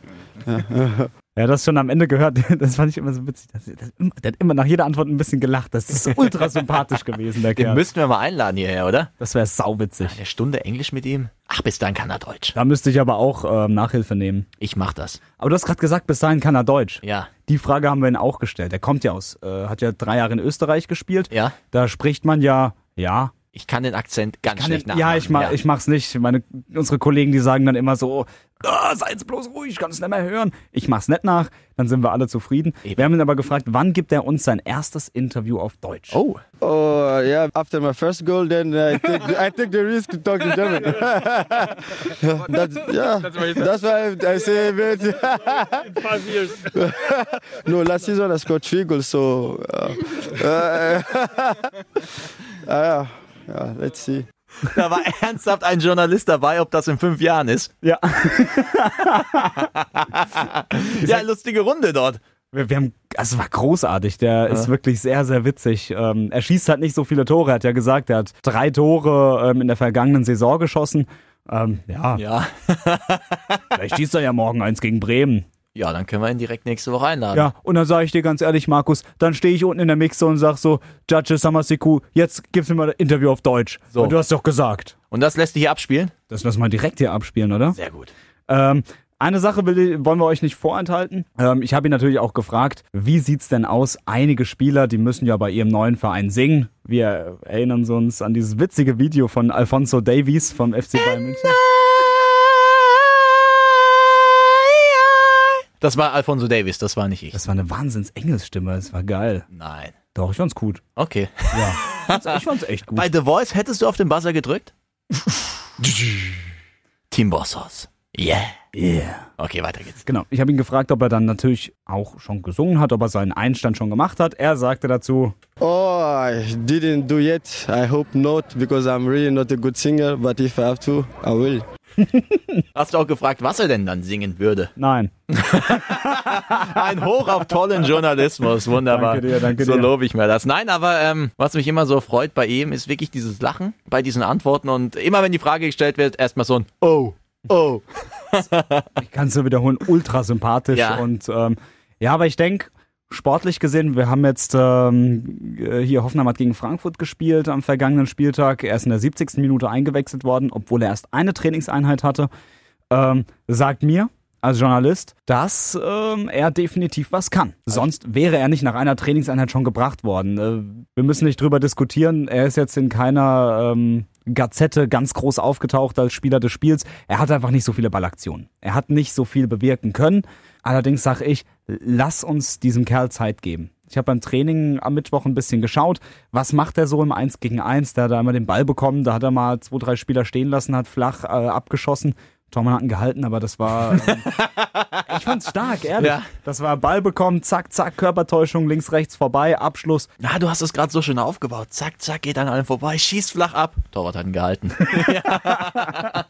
[SPEAKER 1] er hat das schon am Ende gehört. [laughs] Das fand ich immer so witzig. Das, das, der hat immer nach jeder Antwort ein bisschen gelacht. Das ist ultra sympathisch gewesen, der
[SPEAKER 2] Den
[SPEAKER 1] Kerl.
[SPEAKER 2] müssten wir mal einladen hierher, oder?
[SPEAKER 1] Das wäre sauwitzig.
[SPEAKER 2] Eine Stunde Englisch mit ihm? Ach, bis dann kann er Deutsch.
[SPEAKER 1] Da müsste ich aber auch ähm, Nachhilfe nehmen.
[SPEAKER 2] Ich mach das.
[SPEAKER 1] Aber du hast gerade gesagt, bis dahin kann er Deutsch.
[SPEAKER 2] Ja.
[SPEAKER 1] Die Frage haben wir ihn auch gestellt. Er kommt ja aus, äh, hat ja drei Jahre in Österreich gespielt.
[SPEAKER 2] Ja.
[SPEAKER 1] Da spricht man ja, ja.
[SPEAKER 2] Ich kann den Akzent ganz
[SPEAKER 1] Kann
[SPEAKER 2] schlecht
[SPEAKER 1] ich,
[SPEAKER 2] nachmachen.
[SPEAKER 1] ja, ich, ma, ich mach's nicht. Meine, unsere Kollegen, die sagen dann immer so, ah, sei jetzt bloß ruhig, ich kann's nicht mehr hören. Ich mach's nicht nach, dann sind wir alle zufrieden.
[SPEAKER 2] Eben.
[SPEAKER 1] Wir haben ihn aber gefragt, wann gibt er uns sein erstes Interview auf Deutsch?
[SPEAKER 2] Oh,
[SPEAKER 8] Oh yeah, after my first goal, then I take I take the risk to talk to German.
[SPEAKER 5] [laughs]
[SPEAKER 8] that's, yeah, that's why I, I say wait.
[SPEAKER 5] Five years.
[SPEAKER 8] [laughs] No, last season I scored three goals, so uh, uh, [laughs] Ah, yeah, yeah, let's see.
[SPEAKER 2] [laughs] da war ernsthaft ein Journalist dabei, ob das in fünf Jahren ist.
[SPEAKER 1] Ja.
[SPEAKER 2] [laughs] Ja, lustige Runde dort.
[SPEAKER 1] Wir, wir haben, also es war großartig. Der ist wirklich sehr, sehr witzig. Ähm, er schießt halt nicht so viele Tore. Er hat ja gesagt, er hat drei Tore ähm, in der vergangenen Saison geschossen. Ähm, ja,
[SPEAKER 2] Ja.
[SPEAKER 1] vielleicht schießt er ja morgen eins gegen Bremen.
[SPEAKER 2] Ja, dann können wir ihn direkt nächste Woche einladen.
[SPEAKER 1] Ja, und dann sage ich dir ganz ehrlich, Markus, dann stehe ich unten in der Mixzone und sag so, Judge Samasiku, jetzt gib's mir mal ein Interview auf Deutsch. So. Und du hast doch gesagt.
[SPEAKER 2] Und das lässt du hier abspielen?
[SPEAKER 1] Das lassen wir direkt hier abspielen, oder?
[SPEAKER 2] Sehr gut.
[SPEAKER 1] Ähm, eine Sache will, wollen wir euch nicht vorenthalten. Ähm, ich habe ihn natürlich auch gefragt, wie sieht's denn aus? Einige Spieler, die müssen ja bei ihrem neuen Verein singen. Wir erinnern uns an dieses witzige Video von Alfonso Davies vom FC Bayern München.
[SPEAKER 2] Das war Alfonso Davis, das war nicht ich.
[SPEAKER 1] Das war eine wahnsinns Engelsstimme, das war geil.
[SPEAKER 2] Nein.
[SPEAKER 1] Doch, ich fand's gut.
[SPEAKER 2] Okay.
[SPEAKER 1] Ich fand's echt gut.
[SPEAKER 2] Bei The Voice hättest du auf den Buzzer [laughs] gedrückt? Team Bossos. Yeah.
[SPEAKER 1] Yeah.
[SPEAKER 2] Okay, weiter geht's.
[SPEAKER 1] Genau. Ich habe ihn gefragt, ob er dann natürlich auch schon gesungen hat, ob er seinen Einstand schon gemacht hat. Er sagte dazu,
[SPEAKER 8] Oh, I didn't do yet. I hope not, because I'm really not a good singer. But if I have to, I will.
[SPEAKER 2] Hast du auch gefragt, was er denn dann singen würde?
[SPEAKER 1] nein.
[SPEAKER 2] Ein Hoch auf tollen Journalismus, wunderbar.
[SPEAKER 1] Danke dir, danke
[SPEAKER 2] so
[SPEAKER 1] dir.
[SPEAKER 2] lobe ich mir das. Nein, aber ähm, was mich immer so freut bei ihm, ist wirklich dieses Lachen bei diesen Antworten und immer wenn die Frage gestellt wird, erstmal so ein Oh, oh.
[SPEAKER 1] Ich kann es nur wiederholen, ultra sympathisch.
[SPEAKER 2] Ja.
[SPEAKER 1] Und ähm, ja, aber ich denke, sportlich gesehen, wir haben jetzt ähm, äh, hier Hoffenheim hat gegen Frankfurt gespielt am vergangenen Spieltag. Er ist in der 70. Minute eingewechselt worden, obwohl er erst eine Trainingseinheit hatte. Ähm, sagt mir, als Journalist, dass ähm, er definitiv was kann. Sonst wäre er nicht nach einer Trainingseinheit schon gebracht worden. Äh, wir müssen nicht drüber diskutieren. Er ist jetzt in keiner ähm, Gazette ganz groß aufgetaucht als Spieler des Spiels. Er hat einfach nicht so viele Ballaktionen. Er hat nicht so viel bewirken können. Allerdings sage ich, lass uns diesem Kerl Zeit geben. Ich habe beim Training am Mittwoch ein bisschen geschaut, was macht er so im 1 gegen 1? Da hat er immer den Ball bekommen, da hat er mal zwei, drei Spieler stehen lassen, hat flach äh, abgeschossen. Tormann hat ihn gehalten, aber das war.
[SPEAKER 2] [laughs]
[SPEAKER 1] Ähm, ich fand's stark, ehrlich.
[SPEAKER 2] Ja.
[SPEAKER 1] Das war Ball bekommen, zack, zack, Körpertäuschung, links, rechts, vorbei, Abschluss.
[SPEAKER 2] Na, du hast es gerade so schön aufgebaut. Zack, zack, geht an allem vorbei, schießt flach ab. [laughs] Torwart hat ihn gehalten. Ja.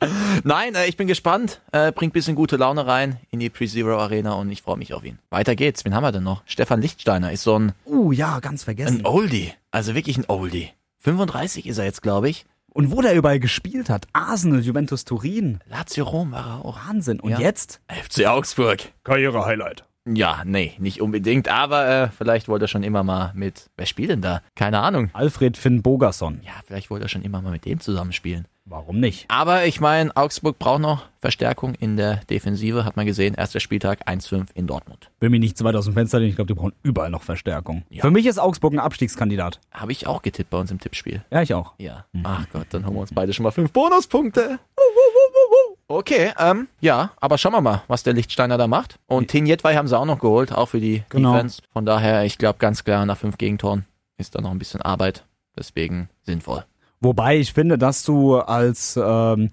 [SPEAKER 2] Nein, äh, ich bin gespannt. Äh, bringt bisschen gute Laune rein in die Pre-Zero Arena und ich freue mich auf ihn. Weiter geht's. Wen haben wir denn noch? Stefan Lichtsteiner ist so ein,
[SPEAKER 1] Uh, ja, ganz
[SPEAKER 2] ein
[SPEAKER 1] vergessen.
[SPEAKER 2] Oldie. Also wirklich ein Oldie. 35 ist er jetzt, glaube ich.
[SPEAKER 1] Und wo der überall gespielt hat, Arsenal, Juventus Turin.
[SPEAKER 2] Lazio Rom war er auch.
[SPEAKER 1] Wahnsinn. Und
[SPEAKER 2] Ja.
[SPEAKER 1] jetzt?
[SPEAKER 2] FC Augsburg.
[SPEAKER 1] Karriere-Highlight.
[SPEAKER 2] Ja, nee, nicht unbedingt, aber äh, vielleicht wollte er schon immer mal mit. Wer spielt denn da? Keine Ahnung.
[SPEAKER 1] Alfred Finn Bogerson.
[SPEAKER 2] Ja, vielleicht wollte er schon immer mal mit dem zusammenspielen.
[SPEAKER 1] Warum nicht?
[SPEAKER 2] Aber ich meine, Augsburg braucht noch Verstärkung in der Defensive, hat man gesehen. Erster Spieltag 1-5 in Dortmund.
[SPEAKER 1] Will mich nicht zu weit aus dem Fenster lehnen. Ich glaube, die brauchen überall noch Verstärkung.
[SPEAKER 2] Ja.
[SPEAKER 1] Für mich ist Augsburg ein Abstiegskandidat.
[SPEAKER 2] Habe ich auch getippt bei uns im Tippspiel.
[SPEAKER 1] Ja, ich auch.
[SPEAKER 2] Ja. Ach Gott, dann haben wir uns beide schon mal fünf Bonuspunkte. Okay, ähm, ja, aber schauen wir mal, was der Lichtsteiner da macht. Und Tinjetwei haben sie auch noch geholt, auch für die
[SPEAKER 1] Genau.
[SPEAKER 2] Defense. Von daher, ich glaube ganz klar, nach fünf Gegentoren ist da noch ein bisschen Arbeit. Deswegen sinnvoll.
[SPEAKER 1] Wobei ich finde, dass du als ähm,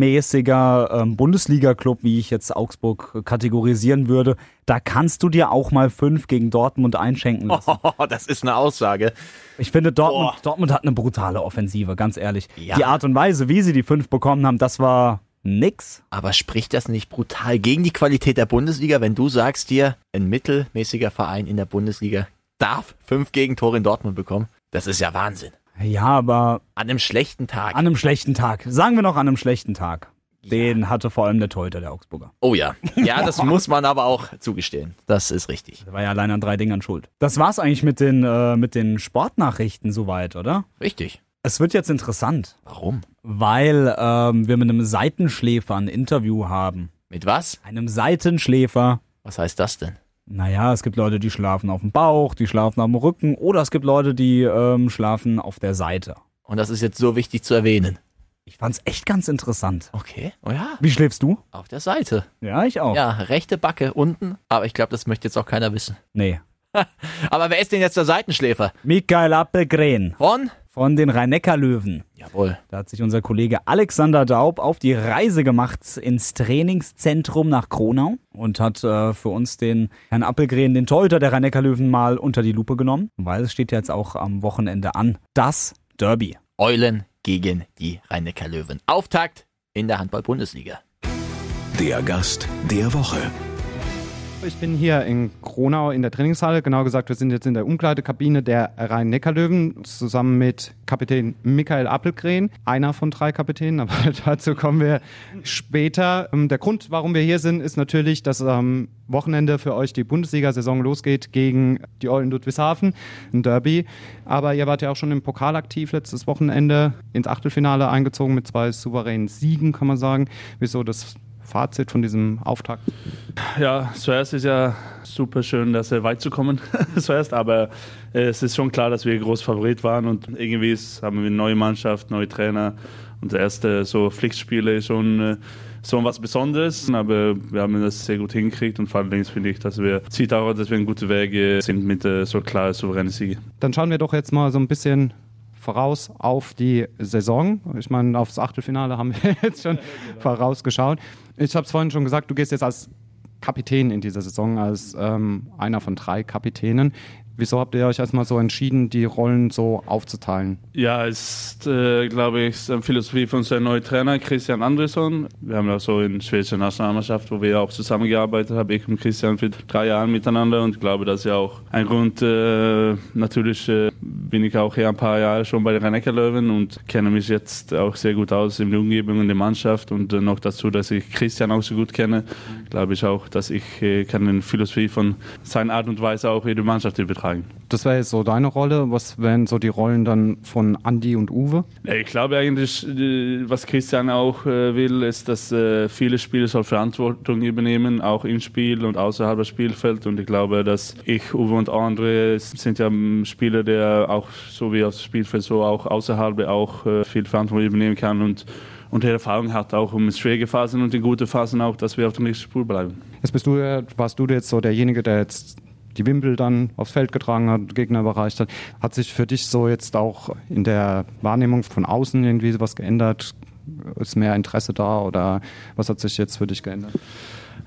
[SPEAKER 1] mittelmäßiger ähm, Bundesliga-Club, wie ich jetzt Augsburg kategorisieren würde, da kannst du dir auch mal fünf gegen Dortmund einschenken [laughs] lassen.
[SPEAKER 2] Oh, [laughs] das ist eine Aussage.
[SPEAKER 1] Ich finde, Dortmund, Dortmund hat eine brutale Offensive, ganz ehrlich.
[SPEAKER 2] Ja.
[SPEAKER 1] Die Art und Weise, wie sie die fünf bekommen haben, das war nix.
[SPEAKER 2] Aber spricht das nicht brutal gegen die Qualität der Bundesliga, wenn du sagst dir, ein mittelmäßiger Verein in der Bundesliga darf fünf Gegentore in Dortmund bekommen? Das ist ja Wahnsinn.
[SPEAKER 1] Ja, aber
[SPEAKER 2] An einem schlechten Tag.
[SPEAKER 1] an einem schlechten Tag. Sagen wir noch an einem schlechten Tag. Den hatte vor allem der Torhüter der Augsburger.
[SPEAKER 2] oh ja. Ja, das [laughs] muss man aber auch zugestehen. Das ist richtig.
[SPEAKER 1] Der war ja allein an drei Dingern schuld. Das war's eigentlich mit den, äh, mit den Sportnachrichten soweit, oder?
[SPEAKER 2] Richtig.
[SPEAKER 1] Es wird jetzt interessant.
[SPEAKER 2] Warum?
[SPEAKER 1] weil ähm, wir mit einem Seitenschläfer ein Interview haben.
[SPEAKER 2] Mit was?
[SPEAKER 1] Einem Seitenschläfer.
[SPEAKER 2] Was heißt das denn?
[SPEAKER 1] Naja, es gibt Leute, die schlafen auf dem Bauch, die schlafen am Rücken oder es gibt Leute, die ähm, schlafen auf der Seite.
[SPEAKER 2] Und das ist jetzt so wichtig zu erwähnen.
[SPEAKER 1] Ich fand's echt ganz interessant.
[SPEAKER 2] Okay. Oh ja,
[SPEAKER 1] Wie schläfst du?
[SPEAKER 2] auf der Seite.
[SPEAKER 1] Ja, ich auch.
[SPEAKER 2] Ja, rechte Backe unten. Aber ich glaube, das möchte jetzt auch keiner wissen.
[SPEAKER 1] Nee.
[SPEAKER 2] Aber wer ist denn jetzt der Seitenschläfer?
[SPEAKER 1] Michael Appelgren
[SPEAKER 2] Von?
[SPEAKER 1] von den Rhein-Neckar-Löwen.
[SPEAKER 2] Jawohl.
[SPEAKER 1] Da hat sich unser Kollege Alexander Daub auf die Reise gemacht ins Trainingszentrum nach Kronau und hat äh, für uns den Herrn Appelgren, den Torhüter der rhein löwen mal unter die Lupe genommen, weil es steht ja jetzt auch am Wochenende an. Das Derby.
[SPEAKER 2] Eulen gegen die Rhein-Neckar-Löwen. Auftakt in der Handball-Bundesliga.
[SPEAKER 3] Der Gast der Woche.
[SPEAKER 9] Ich bin hier in Kronau in der Trainingshalle. Genau gesagt, wir sind jetzt in der Umkleidekabine der Rhein-Neckar-Löwen zusammen mit Kapitän Michael Appelgren, einer von drei Kapitänen, aber [laughs] dazu kommen wir später. Ähm, Der Grund, warum wir hier sind, ist natürlich, dass am Wochenende für euch die Bundesliga-Saison losgeht gegen die Eulen Ludwigshafen, ein Derby. Aber ihr wart ja auch schon im Pokal aktiv letztes Wochenende, ins Achtelfinale eingezogen mit zwei souveränen Siegen, kann man sagen. Wieso das Fazit von diesem Auftakt?
[SPEAKER 5] Ja, zuerst ist ja super schön, dass wir weit zu kommen. [laughs] zuerst, aber äh, es ist schon klar, dass wir groß Favorit waren und irgendwie ist, haben wir eine neue Mannschaft, neue Trainer. Unser erste so Pflichtspiele ist schon äh, so was Besonderes, aber wir haben das sehr gut hingekriegt und vor allem finde ich, dass wir sieht auch, dass wir in guten Wege sind mit äh, so klaren souveränen Siegen.
[SPEAKER 9] Dann schauen wir doch jetzt mal so ein bisschen voraus auf die Saison. Ich meine, aufs Achtelfinale haben wir [laughs] jetzt schon vorausgeschaut. Ich habe es vorhin schon gesagt, du gehst jetzt als Kapitän in dieser Saison, als ähm, einer von drei Kapitänen. Wieso habt ihr euch erstmal so entschieden, die Rollen so aufzuteilen?
[SPEAKER 5] Ja, ist, äh, glaube ich, eine Philosophie von unserem neuen Trainer Christian Andresson. Wir haben auch so in der schwedischen Nationalmannschaft, wo wir auch zusammengearbeitet haben, ich und Christian für drei Jahre miteinander und ich glaube, das ist ja auch ein Grund, äh, natürlich, äh, bin ich auch hier ein paar Jahre schon bei den rhein löwen und kenne mich jetzt auch sehr gut aus in der Umgebung und der Mannschaft. Und äh, noch dazu, dass ich Christian auch so gut kenne, glaube ich auch, dass ich äh, kann den Philosophie von seiner Art und Weise auch in die Mannschaft übertragen.
[SPEAKER 9] Das wäre jetzt so deine Rolle. Was wären so die Rollen dann von Andy und Uwe?
[SPEAKER 5] Ja, Ich glaube eigentlich, äh, was Christian auch äh, will, ist, dass äh, viele Spieler soll Verantwortung übernehmen, auch im Spiel und außerhalb des Spielfelds. Und ich glaube, dass ich, Uwe und Andre sind ja ähm, Spieler, der auch so wie auf dem Spielfeld, so auch außerhalb auch äh, viel Verantwortung übernehmen kann und und die Erfahrung hat auch um schwierige Phasen und in gute Phasen auch, dass wir auf dem richtigen Spur bleiben.
[SPEAKER 9] Jetzt bist du, ja- warst du jetzt so derjenige, der jetzt die Wimpel dann aufs Feld getragen hat, Gegner überreicht hat. Hat sich für dich so jetzt auch in der Wahrnehmung von außen irgendwie was geändert? Ist mehr Interesse da oder was hat sich jetzt für dich geändert?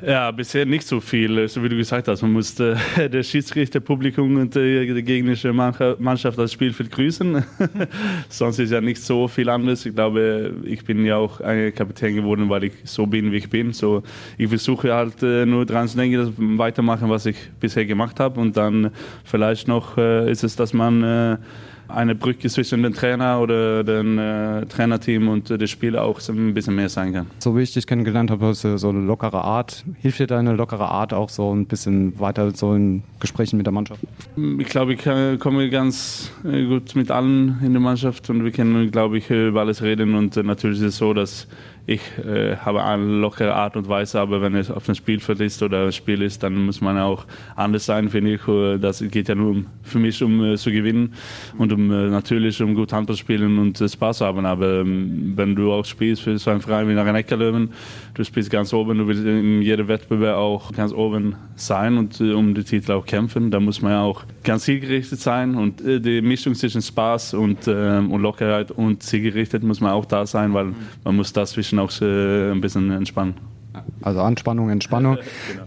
[SPEAKER 5] Ja, bisher nicht so viel, so wie du gesagt hast. Man musste [laughs] der Schiedsrichter, Publikum und äh, die gegnerische Mancha- Mannschaft das Spielfeld grüßen. [laughs] Sonst ist ja nicht so viel anders. Ich glaube, ich bin ja auch ein Kapitän geworden, weil ich so bin, wie ich bin. So, ich versuche halt äh, nur dran zu denken, dass weitermachen, was ich bisher gemacht habe. Und dann vielleicht noch äh, ist es, dass man äh, eine Brücke zwischen dem Trainer oder dem äh, Trainerteam und äh, dem Spieler auch so ein bisschen mehr sein kann.
[SPEAKER 9] So wie ich dich kennengelernt habe, hast du so eine lockere Art. Hilft dir deine lockere Art auch so ein bisschen weiter so in Gesprächen mit der Mannschaft?
[SPEAKER 5] Ich glaube, ich äh, komme ganz äh, gut mit allen in der Mannschaft und wir können, glaube ich, äh, über alles reden. Und äh, natürlich ist es so, dass ich äh, habe eine lockere Art und Weise, aber wenn es auf dem Spielfeld ist oder ein Spiel ist, dann muss man auch anders sein, finde ich. Äh, Das geht ja nur um, für mich um äh, zu gewinnen und um äh, natürlich um gut Handball spielen und äh, Spaß haben. Aber ähm, wenn du auch spielst für so einen Verein wie rhein löwen du spielst ganz oben, du willst in jedem Wettbewerb auch ganz oben sein und äh, um die Titel auch kämpfen, da muss man ja auch ganz zielgerichtet sein und äh, die Mischung zwischen Spaß und, ähm, und Lockerheit und zielgerichtet muss man auch da sein, weil man muss das zwischen auch äh, ein bisschen entspannen.
[SPEAKER 9] Also Anspannung, Entspannung.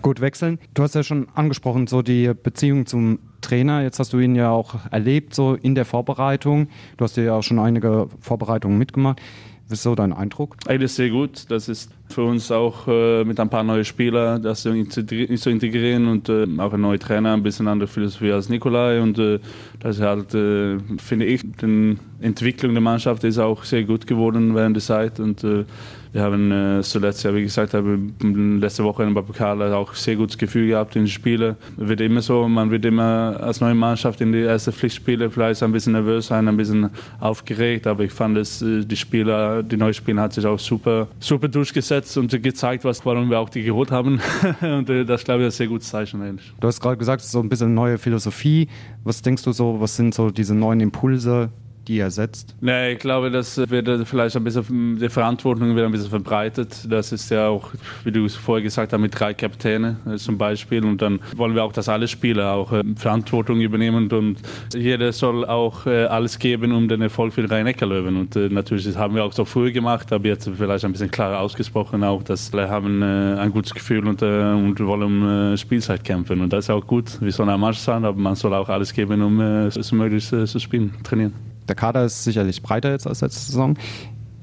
[SPEAKER 9] Gut wechseln. Du hast ja schon angesprochen, so die Beziehung zum Trainer. Jetzt hast du ihn ja auch erlebt, so in der Vorbereitung. Du hast ja auch schon einige Vorbereitungen mitgemacht. Was ist so dein Eindruck?
[SPEAKER 5] Eigentlich sehr gut. Das ist für uns auch äh, mit ein paar neuen Spielern, das zu integri- zu integrieren und äh, auch ein neuer Trainer, ein bisschen andere Philosophie als Nikolai. Und äh, das ist halt, äh, finde ich, die Entwicklung der Mannschaft ist auch sehr gut geworden während der Zeit. Und äh, wir haben äh, zuletzt, ja, wie gesagt, haben wir letzte Woche in Pokal auch sehr gutes Gefühl gehabt in den Spielen. Wird immer so, man wird immer als neue Mannschaft in die ersten Pflichtspiele vielleicht ein bisschen nervös sein, ein bisschen aufgeregt. Aber ich fand, dass äh, die Spieler, die neuen Spieler, hat sich auch super, super durchgesetzt und gezeigt, was, warum wir auch die geholt haben. [laughs] und äh, das, glaube ich, ist ein sehr gutes Zeichen eigentlich.
[SPEAKER 9] Du hast gerade gesagt, es ist so ein bisschen neue Philosophie. Was denkst du so, was sind so diese neuen Impulse, die er setzt?
[SPEAKER 5] Nee, ich glaube, das wird äh, vielleicht ein bisschen, die Verantwortung wird ein bisschen verbreitet. Das ist ja auch, wie du es vorher gesagt hast, mit drei Kapitäne äh, zum Beispiel. Und dann wollen wir auch, dass alle Spieler auch äh, Verantwortung übernehmen und, und jeder soll auch äh, alles geben, um den Erfolg für die Rhein-Neckar-Löwen. Und äh, natürlich, das haben wir auch so früher gemacht, aber jetzt vielleicht ein bisschen klarer ausgesprochen auch, dass wir haben äh, ein gutes Gefühl und, äh, und wollen um äh, Spielzeit kämpfen. Und das ist auch gut. Wir sollen am Marsch sein, aber man soll auch alles geben, um äh, so so möglichst äh, zu spielen, trainieren.
[SPEAKER 9] Der Kader ist sicherlich breiter jetzt als letzte Saison.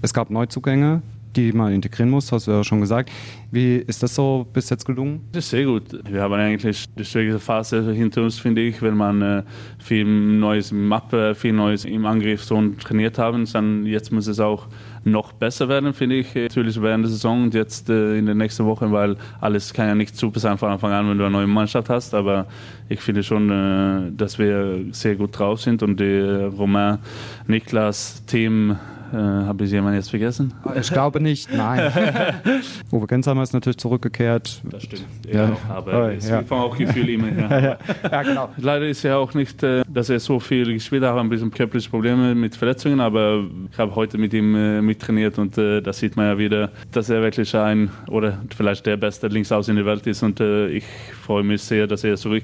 [SPEAKER 9] Es gab Neuzugänge, die man integrieren muss, hast du ja schon gesagt. Wie ist das so bis jetzt gelungen?
[SPEAKER 5] Das ist sehr gut. Wir haben eigentlich die schwierigste Phase hinter uns, finde ich. Wenn man äh, viel Neues im Mappe, viel Neues im Angriff so trainiert haben, dann jetzt muss es auch noch besser werden, finde ich. äh, Natürlich während der Saison und jetzt äh, in den nächsten Wochen, weil alles kann ja nicht super sein von Anfang an, wenn du eine neue Mannschaft hast. Aber ich finde schon, äh, dass wir sehr gut drauf sind und die äh, Romain, Niklas, Team, äh, habe ich jemanden jetzt vergessen?
[SPEAKER 9] Ich glaube nicht, nein.
[SPEAKER 5] [laughs]
[SPEAKER 9] Uwe Gensheimer ist natürlich zurückgekehrt.
[SPEAKER 5] Das stimmt.
[SPEAKER 9] Ja.
[SPEAKER 5] Ja, aber es
[SPEAKER 9] Ja.
[SPEAKER 5] gibt auch Gefühl immer. Ja.
[SPEAKER 9] Ja, genau.
[SPEAKER 5] Leider ist ja auch nicht, äh, dass er so viel gespielt hat, ein bisschen körperliche Probleme mit Verletzungen, aber ich habe heute mit ihm äh, mittrainiert und äh, das sieht man ja wieder, dass er wirklich ein oder vielleicht der beste Linksaußen in der Welt ist und äh, ich freue mich sehr, dass er zurück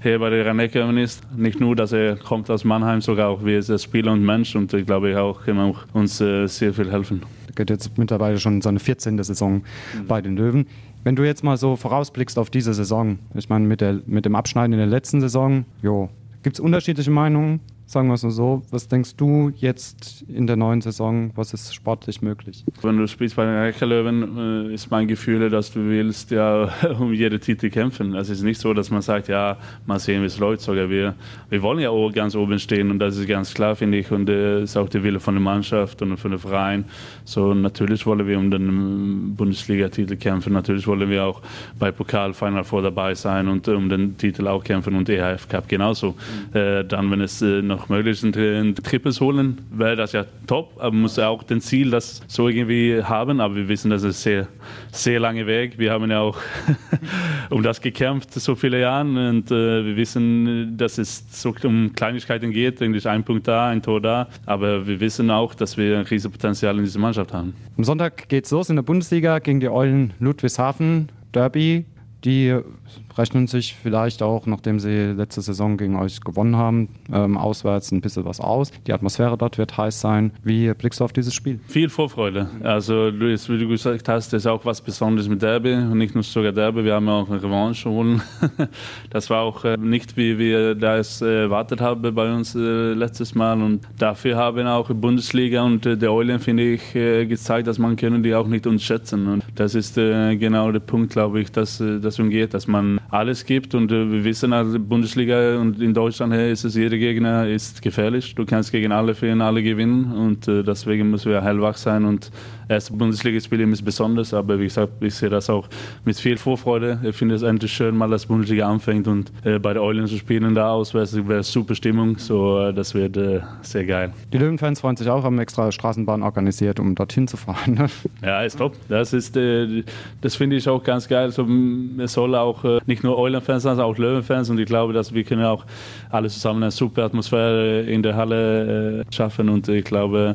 [SPEAKER 5] hier bei der rhein ist. Nicht nur, dass er kommt aus Mannheim, sogar auch wie er ist als Spieler und Mensch und ich glaube auch, kann auch uns äh, sehr viel helfen.
[SPEAKER 9] Geht jetzt mittlerweile schon seine 14. Saison
[SPEAKER 5] Mhm.
[SPEAKER 9] bei den Löwen. Wenn du jetzt mal so vorausblickst auf diese Saison, ich meine, mit, der, mit dem Abschneiden in der letzten Saison, jo, gibt es unterschiedliche Meinungen? Sagen wir es nur so. Was denkst du jetzt in der neuen Saison, was ist sportlich möglich?
[SPEAKER 5] Wenn du spielst bei den Eckerlöwen, äh, ist mein Gefühl, dass du willst ja [laughs] um jede Titel kämpfen. Also Es ist nicht so, dass man sagt, ja, mal sehen, wie es läuft. Sogar wir, wir wollen ja o- ganz oben stehen und das ist ganz klar, finde ich. Und äh, ist auch der Wille von der Mannschaft und von dem Verein. So natürlich wollen wir um den ähm, Bundesliga-Titel kämpfen. Natürlich wollen wir auch bei Pokal Final Four dabei sein und äh, um den Titel auch kämpfen und EHF Cup genauso. Äh, dann, wenn es äh, noch möglich ist, ein Triples holen, wäre das ja top. Aber man muss ja auch den Ziel, das so irgendwie haben. Aber wir wissen, das ist sehr, sehr lange Weg. Wir haben ja auch [laughs] um das gekämpft so viele Jahre und äh, wir wissen, dass es so um Kleinigkeiten geht. Eigentlich ein Punkt da, ein Tor da. Aber wir wissen auch, dass wir ein riesiges Potenzial in dieser Mannschaft haben.
[SPEAKER 9] Am Sonntag geht's los in der Bundesliga gegen die Eulen Ludwigshafen Derby. Die rechnen sich vielleicht auch, nachdem sie letzte Saison gegen euch gewonnen haben, ähm, auswärts ein bisschen was aus. Die Atmosphäre dort wird heiß sein. Wie blickst du auf dieses Spiel?
[SPEAKER 5] Viel Vorfreude. Also, Luis, wie du gesagt hast, das ist auch was Besonderes mit Derby. Und nicht nur sogar Derby, wir haben ja auch eine Revanche holen. [laughs] Das war auch äh, nicht, wie wir das äh, erwartet haben bei uns äh, letztes Mal. Und dafür haben auch die Bundesliga und äh, der Eulen, finde ich, äh, gezeigt, dass man können die auch nicht unterschätzen. Und das ist äh, genau der Punkt, glaube ich, dass äh, das umgeht, dass man alles gibt. Und äh, wir wissen, also die Bundesliga und in Deutschland her ist es, jeder Gegner ist gefährlich. Du kannst gegen alle fehlen, alle gewinnen. Und äh, deswegen müssen wir hellwach sein. Und erste Bundesligaspiel eben ist besonders. Aber wie gesagt, ich sehe das auch mit viel Vorfreude. Ich finde es endlich schön, mal dass Bundesliga anfängt. Und äh, bei den Eulen zu spielen da auswärts wäre super Stimmung. So, äh, das wird äh, sehr geil.
[SPEAKER 9] Die Löwenfans freuen sich auch, haben extra Straßenbahn organisiert, um dorthin zu fahren. [laughs] ne?
[SPEAKER 5] Ja, ist top. Das ist, äh, das finde ich auch ganz geil. So, mm, es soll auch äh, nicht nur Eulen-Fans sein, sondern auch Löwen-Fans. Und ich glaube, dass wir können auch alle zusammen eine super Atmosphäre in der Halle äh, schaffen. Und ich glaube,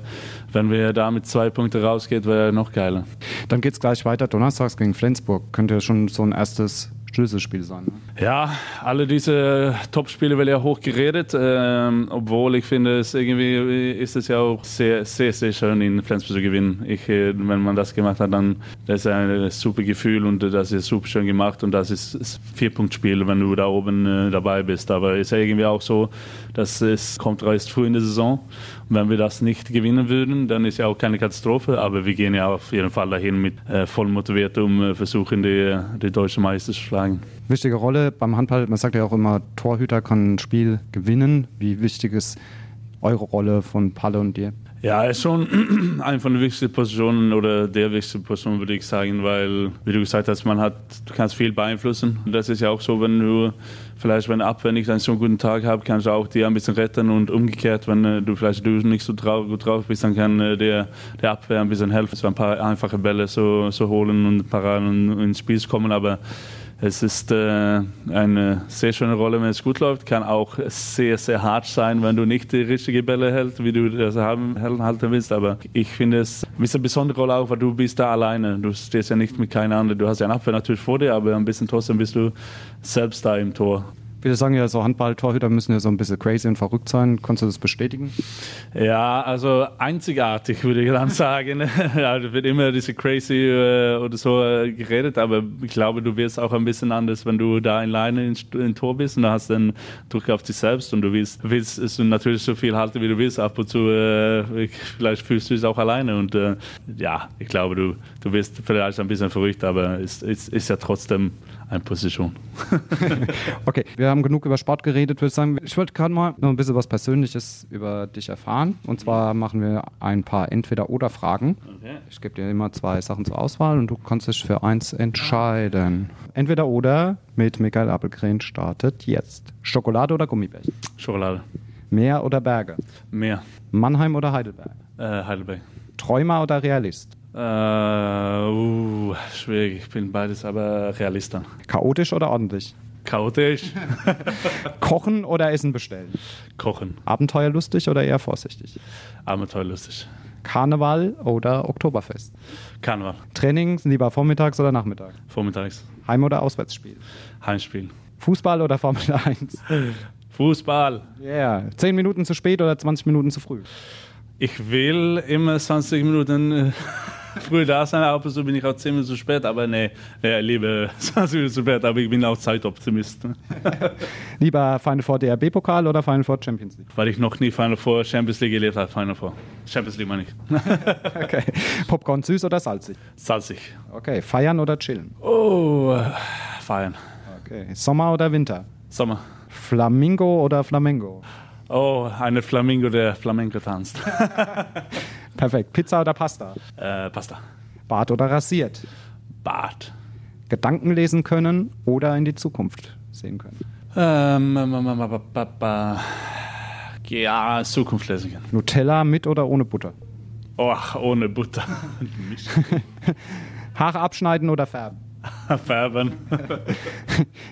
[SPEAKER 5] wenn wir da mit zwei Punkten rausgeht, wäre noch geiler.
[SPEAKER 9] Dann geht's gleich weiter, donnerstags gegen Flensburg. Könnte ja schon so ein erstes Schlüsselspiel sein. Ne?
[SPEAKER 5] Ja, alle diese Topspiele werden ja hochgeredet, ähm, obwohl ich finde, es irgendwie ist es ja auch sehr, sehr, sehr schön in Flensburg zu gewinnen. Ich, äh, wenn man das gemacht hat, dann das ist ein super Gefühl und das ist super schön gemacht und das ist ist Vierpunktspiel, wenn du da oben äh, dabei bist. Aber es ist ja irgendwie auch so, dass es kommt erst früh in der Saison und wenn wir das nicht gewinnen würden, dann ist ja auch keine Katastrophe, aber wir gehen ja auf jeden Fall dahin mit äh, voll motiviert, um äh, versuchen, die, die deutsche Meister zu schlagen.
[SPEAKER 9] Wichtige Rolle beim Handball, man sagt ja auch immer, Torhüter kann ein Spiel gewinnen. Wie wichtig ist eure Rolle von Palle und dir?
[SPEAKER 5] Ja, er ist schon [clears throat] eine von den wichtigsten Positionen oder der wichtigste Position, würde ich sagen, weil, wie du gesagt hast, man hat, du kannst viel beeinflussen. Und das ist ja auch so, wenn du vielleicht, wenn ab, wenn ich dann so einen guten Tag habe, kannst du auch dir ein bisschen retten und umgekehrt, wenn äh, du vielleicht du nicht so drau- gut drauf bist, dann kann äh, der, der Abwehr ein bisschen helfen, so ein paar einfache Bälle so, so holen und Paraden und ins Spiel zu kommen, aber es ist äh, eine sehr schöne Rolle, wenn es gut läuft. Kann auch sehr, sehr hart sein, wenn du nicht die richtigen Bälle hältst, wie du das haben, halten willst. Aber ich finde es ist eine besondere Rolle auch, weil du bist da alleine. Du stehst ja nicht mit keiner anderen. Du hast ja einen Abwehr natürlich vor dir, aber ein bisschen trotzdem bist du selbst da im Tor.
[SPEAKER 9] Viele sagen ja, so Handball-Torhüter müssen ja so ein bisschen crazy und verrückt sein. Kannst du das bestätigen?
[SPEAKER 5] Ja, also einzigartig würde ich dann [laughs] sagen. ja, da wird immer diese crazy äh, oder so äh, geredet, aber ich glaube, du wirst auch ein bisschen anders, wenn du da alleine in, St- in Tor bist und da hast dann Druck auf dich selbst und du willst, willst es natürlich so viel halten, wie du willst. Ab und zu äh, vielleicht fühlst du es auch alleine und äh, ja, ich glaube, du, du wirst vielleicht ein bisschen verrückt, aber es ist, ist ja trotzdem eine Position.
[SPEAKER 9] Okay, wir haben genug über Sport geredet, würde ich sagen. Ich wollte gerade mal noch ein bisschen was Persönliches über dich erfahren. Und zwar machen wir ein paar Entweder-Oder-Fragen. Ich gebe dir immer zwei Sachen zur Auswahl und du kannst dich für eins entscheiden. Entweder-Oder mit Michael Appelgren startet jetzt. Schokolade oder Gummibärchen?
[SPEAKER 5] Schokolade.
[SPEAKER 9] Meer oder Berge?
[SPEAKER 5] Mehr.
[SPEAKER 9] Mannheim oder Heidelberg?
[SPEAKER 5] Äh, Heidelberg.
[SPEAKER 9] Träumer oder Realist?
[SPEAKER 5] Äh, uh, schwierig, ich bin beides, aber Realist dann.
[SPEAKER 9] Chaotisch oder ordentlich?
[SPEAKER 5] Chaotisch,
[SPEAKER 9] Kochen oder Essen bestellen?
[SPEAKER 5] kochen,
[SPEAKER 9] Abenteuerlustig oder eher vorsichtig?
[SPEAKER 5] abenteuerlustig.
[SPEAKER 9] Karneval oder Oktoberfest?
[SPEAKER 5] Karneval,
[SPEAKER 9] Training lieber vormittags oder nachmittags?
[SPEAKER 5] vormittags,
[SPEAKER 9] Heim- oder Auswärtsspiel?
[SPEAKER 5] Heimspiel.
[SPEAKER 9] Fußball oder Formel [laughs] 1?
[SPEAKER 5] Fußball.
[SPEAKER 9] Ja, yeah. 10 Minuten zu spät oder 20 Minuten zu früh?
[SPEAKER 5] Ich will immer 20 Minuten äh, [laughs] früh da sein, ab und zu bin ich auch 10 Minuten zu spät, aber nee, ja, liebe [laughs] 20 Minuten zu spät, aber ich bin auch Zeitoptimist. ne?
[SPEAKER 9] Lieber Final Four DRB-Pokal oder Final Four
[SPEAKER 5] [laughs]
[SPEAKER 9] Champions League?
[SPEAKER 5] Weil ich noch nie Final Four Champions League gelebt habe, Final Four. Champions League meine ich.
[SPEAKER 9] Okay. Popcorn süß oder salzig?
[SPEAKER 5] Salzig.
[SPEAKER 9] Okay. Feiern oder chillen?
[SPEAKER 5] Oh, feiern.
[SPEAKER 9] Okay. Sommer oder Winter?
[SPEAKER 5] Sommer.
[SPEAKER 9] Flamingo oder Flamengo?
[SPEAKER 5] Oh, eine Flamingo, der Flamenco tanzt. [laughs]
[SPEAKER 9] Perfekt. Pizza oder Pasta?
[SPEAKER 5] äh, Pasta.
[SPEAKER 9] Bart oder rasiert?
[SPEAKER 5] Bart.
[SPEAKER 9] Gedanken lesen können oder in die Zukunft sehen können?
[SPEAKER 5] Ähm, ma- ma- ma- ma- ba- ba- ba. ja, Zukunft lesen können.
[SPEAKER 9] Nutella mit oder ohne Butter?
[SPEAKER 5] Oh, ohne Butter. [laughs] Nicht
[SPEAKER 9] Haare abschneiden oder färben?
[SPEAKER 5] Färben.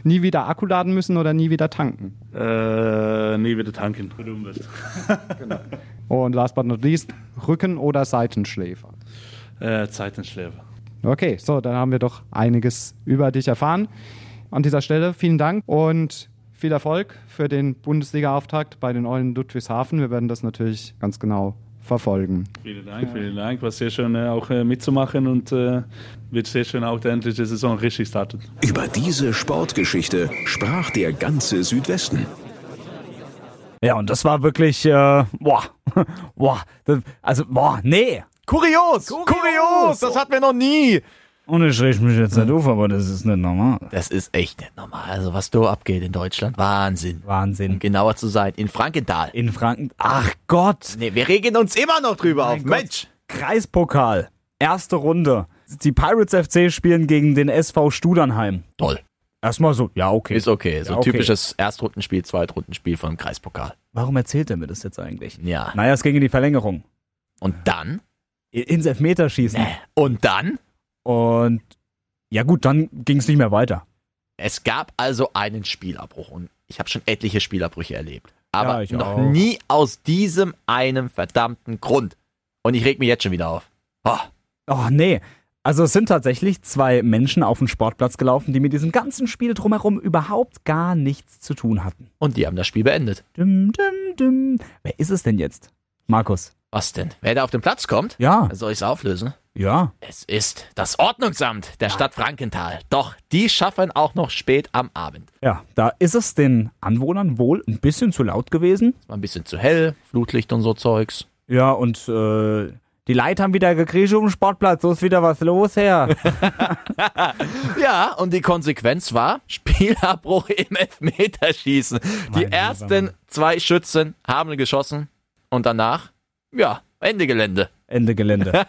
[SPEAKER 9] Nie wieder Akku laden müssen oder nie wieder tanken?
[SPEAKER 5] Äh, nie wieder tanken. Für die Umwelt.
[SPEAKER 9] Und last but not least, Rücken- oder Seitenschläfer.
[SPEAKER 5] Äh, Zeitenschläfer.
[SPEAKER 9] Okay, so, dann haben wir doch einiges über dich erfahren. An dieser Stelle vielen Dank und viel Erfolg für den Bundesliga-Auftakt bei den Eulen Ludwigshafen. Wir werden das natürlich ganz genau verfolgen.
[SPEAKER 5] Vielen Dank, vielen Dank. War sehr schön, äh, auch äh, mitzumachen und äh, wird sehr schön, auch der endliche Saison richtig startet.
[SPEAKER 3] Über diese Sportgeschichte sprach der ganze Südwesten.
[SPEAKER 1] Ja, und das war wirklich, äh, boah, [laughs] boah, das, also, boah, nee. Kurios, kurios,
[SPEAKER 2] das hatten wir noch nie.
[SPEAKER 1] Und ich rieche mich jetzt nicht auf, aber das ist nicht normal.
[SPEAKER 2] Das ist echt nicht normal. Also was da abgeht in Deutschland, Wahnsinn. Um
[SPEAKER 1] Wahnsinn.
[SPEAKER 2] genauer zu sein, in Frankenthal.
[SPEAKER 1] In Franken, ach Gott,
[SPEAKER 2] Nee, wir regen uns immer noch drüber auf.
[SPEAKER 1] Mein Gott.
[SPEAKER 2] Mensch.
[SPEAKER 1] Kreispokal, erste Runde. Die Pirates FC spielen gegen den SV Studernheim.
[SPEAKER 2] Toll.
[SPEAKER 1] Erstmal so, ja, okay.
[SPEAKER 2] Ist okay. So
[SPEAKER 1] Ja, okay.
[SPEAKER 2] typisches Erstrundenspiel, Zweitrundenspiel vom Kreispokal.
[SPEAKER 1] Warum erzählt er mir das jetzt eigentlich?
[SPEAKER 2] Ja.
[SPEAKER 1] Naja, es ging in die Verlängerung.
[SPEAKER 2] Und dann? Äh.
[SPEAKER 1] Ins Elfmeterschießen.
[SPEAKER 2] Und dann?
[SPEAKER 1] Und ja gut, dann ging es nicht mehr weiter.
[SPEAKER 2] Es gab also einen Spielabbruch und ich habe schon etliche Spielabbrüche erlebt. Aber
[SPEAKER 1] ich
[SPEAKER 2] noch
[SPEAKER 1] auch.
[SPEAKER 2] nie aus diesem einen verdammten Grund. Und ich reg mich jetzt schon wieder auf. Oh,
[SPEAKER 1] Oh nee. Also es sind tatsächlich zwei Menschen auf den Sportplatz gelaufen, die mit diesem ganzen Spiel drumherum überhaupt gar nichts zu tun hatten.
[SPEAKER 2] und die haben das Spiel beendet.
[SPEAKER 1] Düm, düm, düm. Wer ist es denn jetzt? Markus.
[SPEAKER 2] Was denn? Wer da auf den Platz kommt,
[SPEAKER 1] Ja,
[SPEAKER 2] soll ich es auflösen?
[SPEAKER 1] ja.
[SPEAKER 2] Es ist das Ordnungsamt der Stadt Frankenthal. Doch die schaffen auch noch spät am Abend.
[SPEAKER 1] Ja, da ist es den Anwohnern wohl ein bisschen zu laut gewesen.
[SPEAKER 2] Es war ein bisschen zu hell, Flutlicht und so Zeugs.
[SPEAKER 1] Ja, und äh, die Leute haben wieder gekriegt um den Sportplatz. So ist wieder was los her.
[SPEAKER 2] Ja, und die Konsequenz war [laughs] Spielabbruch im Elfmeterschießen. Die
[SPEAKER 1] lieber
[SPEAKER 2] ersten
[SPEAKER 1] Mann.
[SPEAKER 2] zwei Schützen haben geschossen und danach, ja, Ende Gelände.
[SPEAKER 1] Ende Gelände.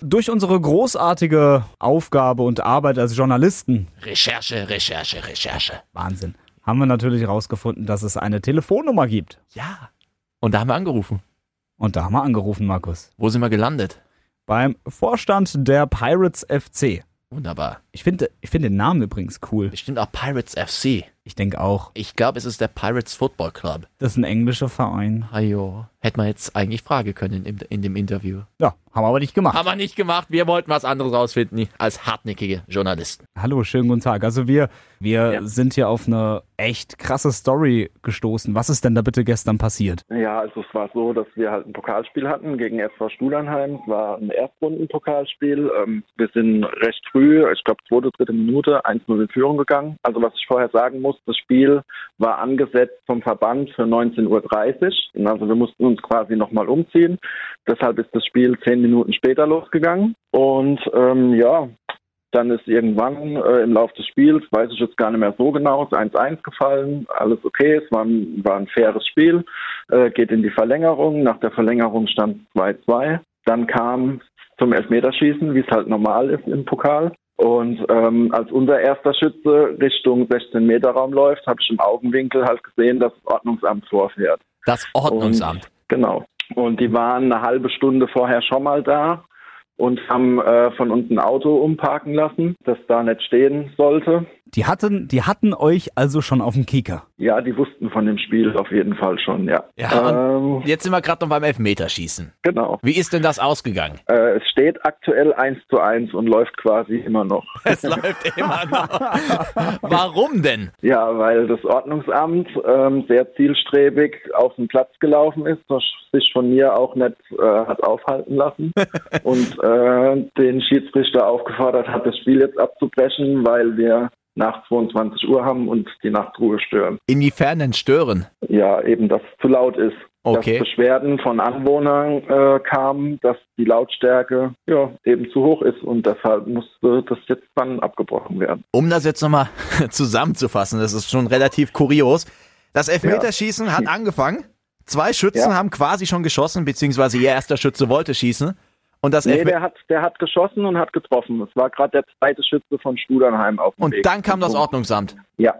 [SPEAKER 1] Durch unsere großartige Aufgabe und Arbeit als Journalisten,
[SPEAKER 2] Recherche, Recherche, Recherche.
[SPEAKER 1] Wahnsinn, haben wir natürlich herausgefunden, dass es eine Telefonnummer gibt.
[SPEAKER 2] Ja. Und da haben wir angerufen.
[SPEAKER 1] Und da haben wir angerufen, Markus.
[SPEAKER 2] Wo sind wir gelandet?
[SPEAKER 1] Beim Vorstand der Pirates FC.
[SPEAKER 2] Wunderbar.
[SPEAKER 1] Ich finde ich finde den Namen übrigens cool.
[SPEAKER 2] Bestimmt auch Pirates FC.
[SPEAKER 1] Ich denke auch.
[SPEAKER 2] Ich glaube, es ist der Pirates Football Club.
[SPEAKER 1] Das ist ein englischer Verein.
[SPEAKER 2] Ah, Ajo. Hätte man jetzt eigentlich fragen können in, in dem Interview.
[SPEAKER 1] Ja, haben wir aber nicht gemacht.
[SPEAKER 2] Haben wir nicht gemacht. Wir wollten was anderes rausfinden als hartnäckige Journalisten.
[SPEAKER 1] Hallo, schönen guten Tag. Also wir, wir sind hier auf eine echt krasse Story gestoßen. Was ist denn da bitte gestern passiert?
[SPEAKER 10] Ja, also es war so, dass wir halt ein Pokalspiel hatten gegen SV Stuhlernheim. Es war ein Erstrundenpokalspiel. Ähm, wir sind recht früh, ich glaube zweite, dritte Minute, 1-0 in Führung gegangen. Also was ich vorher sagen muss, das Spiel war angesetzt vom Verband für 19.30 Uhr. Also wir mussten uns quasi nochmal umziehen. Deshalb ist das Spiel zehn Minuten später losgegangen. Und ähm, ja, dann ist irgendwann äh, im Laufe des Spiels, weiß ich jetzt gar nicht mehr so genau, ist 1-1 gefallen, alles okay, es war ein, war ein faires Spiel, äh, geht in die Verlängerung, nach der Verlängerung stand 2-2, dann kam zum Elfmeterschießen, wie es halt normal ist im Pokal. Und ähm, als unser erster Schütze Richtung 16-Meter-Raum läuft, habe ich im Augenwinkel halt gesehen, dass das Ordnungsamt vorfährt.
[SPEAKER 2] Das Ordnungsamt.
[SPEAKER 10] Genau. Und die waren eine halbe Stunde vorher schon mal da und haben äh, von uns ein Auto umparken lassen, das da nicht stehen sollte.
[SPEAKER 1] Die hatten, die hatten euch also schon auf dem Kicker.
[SPEAKER 10] Ja, die wussten von dem Spiel auf jeden Fall schon, ja.
[SPEAKER 2] Ja,
[SPEAKER 10] ähm,
[SPEAKER 2] Jetzt sind wir gerade noch beim Elfmeterschießen.
[SPEAKER 10] genau.
[SPEAKER 2] Wie ist denn das ausgegangen?
[SPEAKER 10] Äh, es steht aktuell 1 zu 1 und läuft quasi immer noch.
[SPEAKER 2] [laughs] Es läuft immer noch. Warum denn?
[SPEAKER 10] Ja, weil das Ordnungsamt ähm, sehr zielstrebig auf den Platz gelaufen ist, was sich von mir auch nicht äh, hat aufhalten lassen und äh, den Schiedsrichter aufgefordert hat, das Spiel jetzt abzubrechen, weil wir nach 22 Uhr haben und die Nachtruhe stören.
[SPEAKER 2] Inwiefern denn stören?
[SPEAKER 10] Ja, eben, dass es zu laut ist.
[SPEAKER 2] Okay.
[SPEAKER 10] Dass Beschwerden von Anwohnern äh, kamen, dass die Lautstärke ja, eben zu hoch ist und deshalb musste das jetzt dann abgebrochen werden.
[SPEAKER 2] Um das jetzt nochmal [laughs] zusammenzufassen, das ist schon relativ kurios. Das Elfmeterschießen hat angefangen. Zwei Schützen
[SPEAKER 10] Ja.
[SPEAKER 2] haben quasi schon geschossen, beziehungsweise ihr erster Schütze wollte schießen. Und das
[SPEAKER 10] Nee,
[SPEAKER 2] Elfme-
[SPEAKER 10] der hat, der hat geschossen und hat getroffen. Es war gerade der zweite Schütze von Studernheim auf dem
[SPEAKER 2] Und
[SPEAKER 10] Weg.
[SPEAKER 2] dann kam das Ordnungsamt
[SPEAKER 10] Ja,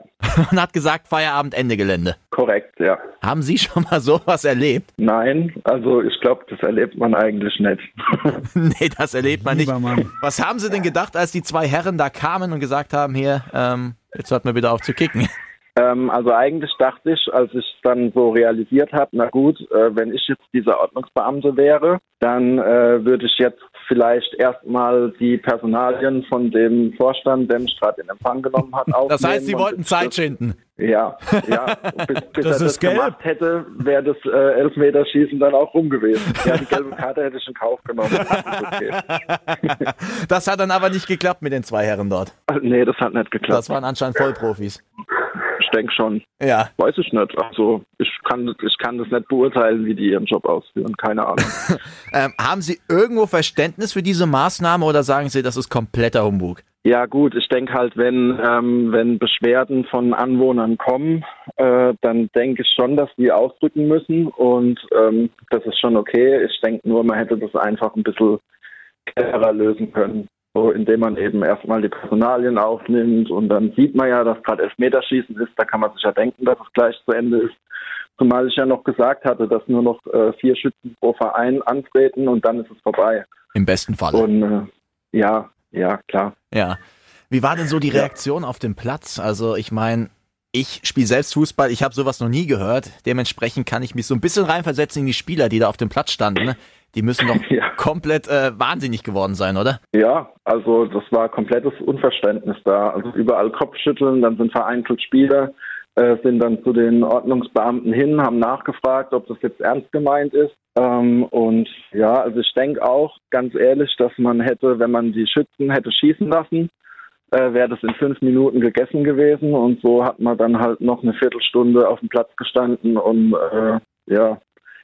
[SPEAKER 2] und hat gesagt, Feierabend, Ende Gelände.
[SPEAKER 10] korrekt, ja.
[SPEAKER 2] Haben Sie schon mal sowas erlebt? [laughs]
[SPEAKER 10] Nein, also ich glaube, das erlebt man eigentlich nicht. [laughs]
[SPEAKER 2] Nee, das erlebt man nicht.
[SPEAKER 1] Lieber Mann.
[SPEAKER 2] Was haben Sie denn gedacht, als die zwei Herren da kamen und gesagt haben, hier, ähm, jetzt hört mal wieder auf zu kicken?
[SPEAKER 10] ähm, also eigentlich dachte ich, als ich dann so realisiert habe, na gut, äh, wenn ich jetzt dieser Ordnungsbeamte wäre, dann äh, würde ich jetzt vielleicht erstmal die Personalien von dem Vorstand, der mich gerade in Empfang genommen hat, aufnehmen.
[SPEAKER 2] [laughs] Das heißt, Sie
[SPEAKER 10] und
[SPEAKER 2] wollten
[SPEAKER 10] ich-
[SPEAKER 2] Zeit schinden.
[SPEAKER 10] Ja, ja.
[SPEAKER 2] [laughs]
[SPEAKER 10] Bis, bis
[SPEAKER 1] Das
[SPEAKER 10] er
[SPEAKER 1] ist
[SPEAKER 10] das
[SPEAKER 1] gelb.
[SPEAKER 10] gemacht hätte, wäre das äh, Elfmeterschießen dann auch rum gewesen. Ja, die gelbe Karte hätte ich in Kauf
[SPEAKER 2] [laughs]
[SPEAKER 10] genommen. Das ist okay.
[SPEAKER 2] Das hat dann aber nicht geklappt mit den zwei Herren dort.
[SPEAKER 10] Nee, das hat nicht geklappt.
[SPEAKER 2] Das waren anscheinend Vollprofis.
[SPEAKER 10] ich denke schon.
[SPEAKER 2] Ja,
[SPEAKER 10] Weiß ich nicht. Also ich kann, ich kann das nicht beurteilen, wie die ihren Job ausführen. Keine Ahnung.
[SPEAKER 2] Ähm, haben Sie irgendwo Verständnis für diese Maßnahme oder sagen Sie, das ist kompletter Humbug?
[SPEAKER 10] Ja gut, ich denke halt, wenn, ähm, wenn Beschwerden von Anwohnern kommen, äh, dann denke ich schon, dass die ausdrücken müssen und ähm, das ist schon okay. Ich denke nur, man hätte das einfach ein bisschen cleverer lösen können. So, indem man eben erstmal die Personalien aufnimmt und dann sieht man ja, dass gerade Elfmeterschießen ist, da kann man sich ja denken, dass es gleich zu Ende ist. Zumal ich ja noch gesagt hatte, dass nur noch äh, vier Schützen pro Verein antreten und dann ist es vorbei.
[SPEAKER 2] Im besten Fall.
[SPEAKER 10] Und äh, ja, ja, klar. [laughs]
[SPEAKER 2] Ja. Wie war denn so die Reaktion auf dem Platz? Also, ich meine, ich spiele selbst Fußball, ich habe sowas noch nie gehört. Dementsprechend kann ich mich so ein bisschen reinversetzen in die Spieler, die da auf dem Platz standen. Ne? Die müssen doch
[SPEAKER 10] Ja.
[SPEAKER 2] komplett äh, wahnsinnig geworden sein, oder?
[SPEAKER 10] Ja, also das war komplettes Unverständnis da. Also überall Kopfschütteln, dann sind vereinzelt Spieler, äh, sind dann zu den Ordnungsbeamten hin, haben nachgefragt, ob das jetzt ernst gemeint ist. Ähm, und ja, also ich denke auch ganz ehrlich, dass man hätte, wenn man die Schützen hätte schießen lassen, äh, wäre das in fünf Minuten gegessen gewesen. Und so hat man dann halt noch eine Viertelstunde auf dem Platz gestanden und äh, ja,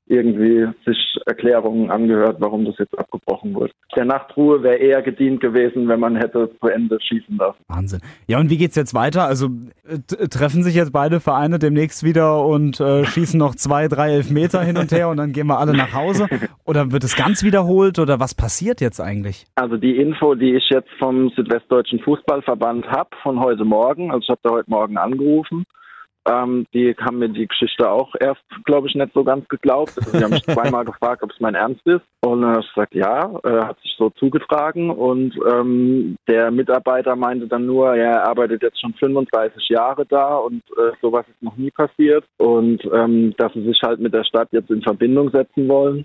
[SPEAKER 10] irgendwie sich Erklärungen angehört, warum das jetzt abgebrochen wurde. Der Nachtruhe wäre eher gedient gewesen, wenn man hätte zu Ende schießen lassen.
[SPEAKER 1] Wahnsinn. Ja, und wie geht's jetzt weiter? Also äh, t- treffen sich jetzt beide Vereine demnächst wieder und
[SPEAKER 2] [laughs]
[SPEAKER 1] äh, schießen noch zwei, drei Elfmeter hin und her und dann gehen wir alle nach Hause? Oder wird es ganz wiederholt oder was passiert jetzt eigentlich?
[SPEAKER 10] Also die Info, die ich jetzt vom Südwestdeutschen Fußballverband habe, von heute Morgen, also ich habe da heute Morgen angerufen, ähm, die haben mir die Geschichte auch erst, glaube ich, nicht so ganz geglaubt. Also die haben mich zweimal gefragt, ob es mein Ernst ist. Und äh, ich sagte, ja, äh, hat sich so zugetragen. Und ähm, der Mitarbeiter meinte dann nur, ja, er arbeitet jetzt schon 35 Jahre da und äh, sowas ist noch nie passiert. Und ähm, dass sie sich halt mit der Stadt jetzt in Verbindung setzen wollen.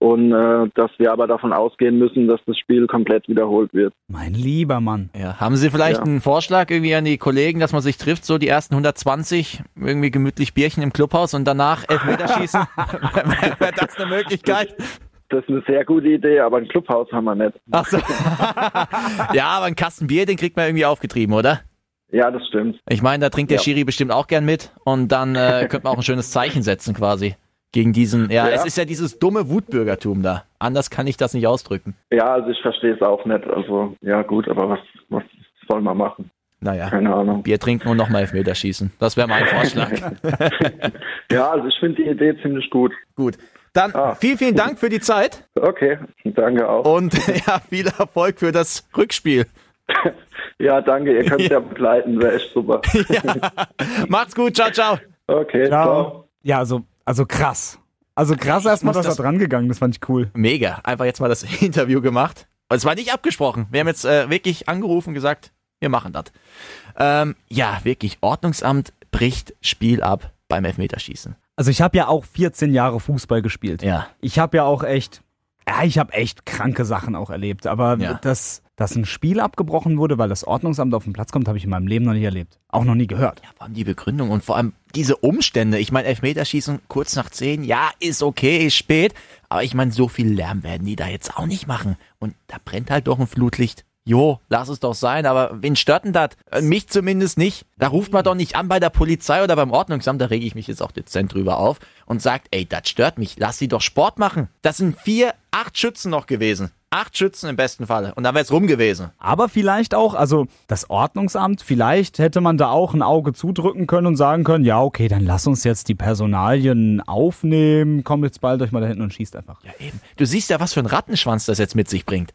[SPEAKER 10] Und äh, dass wir aber davon ausgehen müssen, dass das Spiel komplett wiederholt wird.
[SPEAKER 1] Mein lieber Mann.
[SPEAKER 2] Ja. Haben Sie vielleicht
[SPEAKER 10] Ja.
[SPEAKER 2] einen Vorschlag irgendwie an die Kollegen, dass man sich trifft, so die ersten 120, irgendwie gemütlich Bierchen im Clubhaus und danach [laughs] Elfmeterschießen? Wäre das eine Möglichkeit?
[SPEAKER 10] Das ist eine sehr gute Idee, aber ein Clubhaus haben wir nicht. [laughs]
[SPEAKER 2] Ach so. ja, aber einen Kasten Bier, den kriegt man irgendwie aufgetrieben, oder?
[SPEAKER 10] Ja, das stimmt.
[SPEAKER 2] Ich meine, da trinkt der
[SPEAKER 10] Ja.
[SPEAKER 2] Schiri bestimmt auch gern mit und dann äh,
[SPEAKER 10] [laughs]
[SPEAKER 2] könnte man auch ein schönes Zeichen setzen quasi. Gegen diesen, ja,
[SPEAKER 10] Ja.
[SPEAKER 2] es ist ja dieses dumme Wutbürgertum da. Anders kann ich das nicht ausdrücken.
[SPEAKER 10] Ja, also ich verstehe es auch nicht. Also ja gut, aber was, was soll man machen?
[SPEAKER 2] Naja,
[SPEAKER 10] Keine Ahnung.
[SPEAKER 2] Bier trinken und nochmal Elfmeterschießen. Das wäre
[SPEAKER 10] [laughs]
[SPEAKER 2] mein Vorschlag.
[SPEAKER 10] Ja, also ich finde die Idee ziemlich gut.
[SPEAKER 2] Gut. Dann
[SPEAKER 10] Ah.
[SPEAKER 2] vielen, vielen Dank für die Zeit
[SPEAKER 10] Okay, danke auch.
[SPEAKER 2] und [laughs] ja, viel Erfolg für das Rückspiel.
[SPEAKER 10] Ja, danke, ihr könnt ja begleiten, wäre echt super.
[SPEAKER 2] Macht's gut, ciao, ciao.
[SPEAKER 10] Okay, ciao.
[SPEAKER 1] Ja, also, also krass. Also krass erstmal,
[SPEAKER 2] muss
[SPEAKER 1] dass er
[SPEAKER 2] das-
[SPEAKER 1] dran gegangen ist, fand ich cool.
[SPEAKER 2] [laughs] Mega. Einfach jetzt mal das Interview gemacht. Und es war nicht abgesprochen. Wir haben jetzt äh, wirklich angerufen und gesagt, wir machen das. Ähm, ja, wirklich, Ordnungsamt bricht Spiel ab beim Elfmeterschießen.
[SPEAKER 1] Also ich habe ja auch 14 Jahre Fußball gespielt.
[SPEAKER 2] Ja.
[SPEAKER 1] Ich habe ja auch echt, ja, ich habe echt kranke Sachen auch erlebt. Aber
[SPEAKER 2] Ja.
[SPEAKER 1] dass, dass ein Spiel abgebrochen wurde, weil das Ordnungsamt auf den Platz kommt, habe ich in meinem Leben noch nicht erlebt. Auch noch nie gehört.
[SPEAKER 2] Vor allem die Begründung und vor allem diese Umstände. Ich meine, Elfmeterschießen kurz nach 10, ja, ist okay, ist spät. Aber ich meine, so viel Lärm werden die da jetzt auch nicht machen. Und da brennt halt doch ein Flutlicht. Jo, lass es doch sein, aber wen stört denn das? Äh, Mich zumindest nicht. Da ruft man doch nicht an bei der Polizei oder beim Ordnungsamt, da rege ich mich jetzt auch dezent drüber auf und sagt, ey, das stört mich, lass sie doch Sport machen. Das sind vier, acht Schützen noch gewesen. Acht Schützen im besten Falle. Und dann wär's rum gewesen.
[SPEAKER 1] Aber vielleicht auch, also das Ordnungsamt, vielleicht hätte man da auch ein Auge zudrücken können und sagen können, ja, okay, dann lass uns jetzt die Personalien aufnehmen, komm jetzt bald euch mal da hinten und schießt einfach.
[SPEAKER 2] Ja, eben. Du siehst ja, was für ein Rattenschwanz das jetzt mit sich bringt.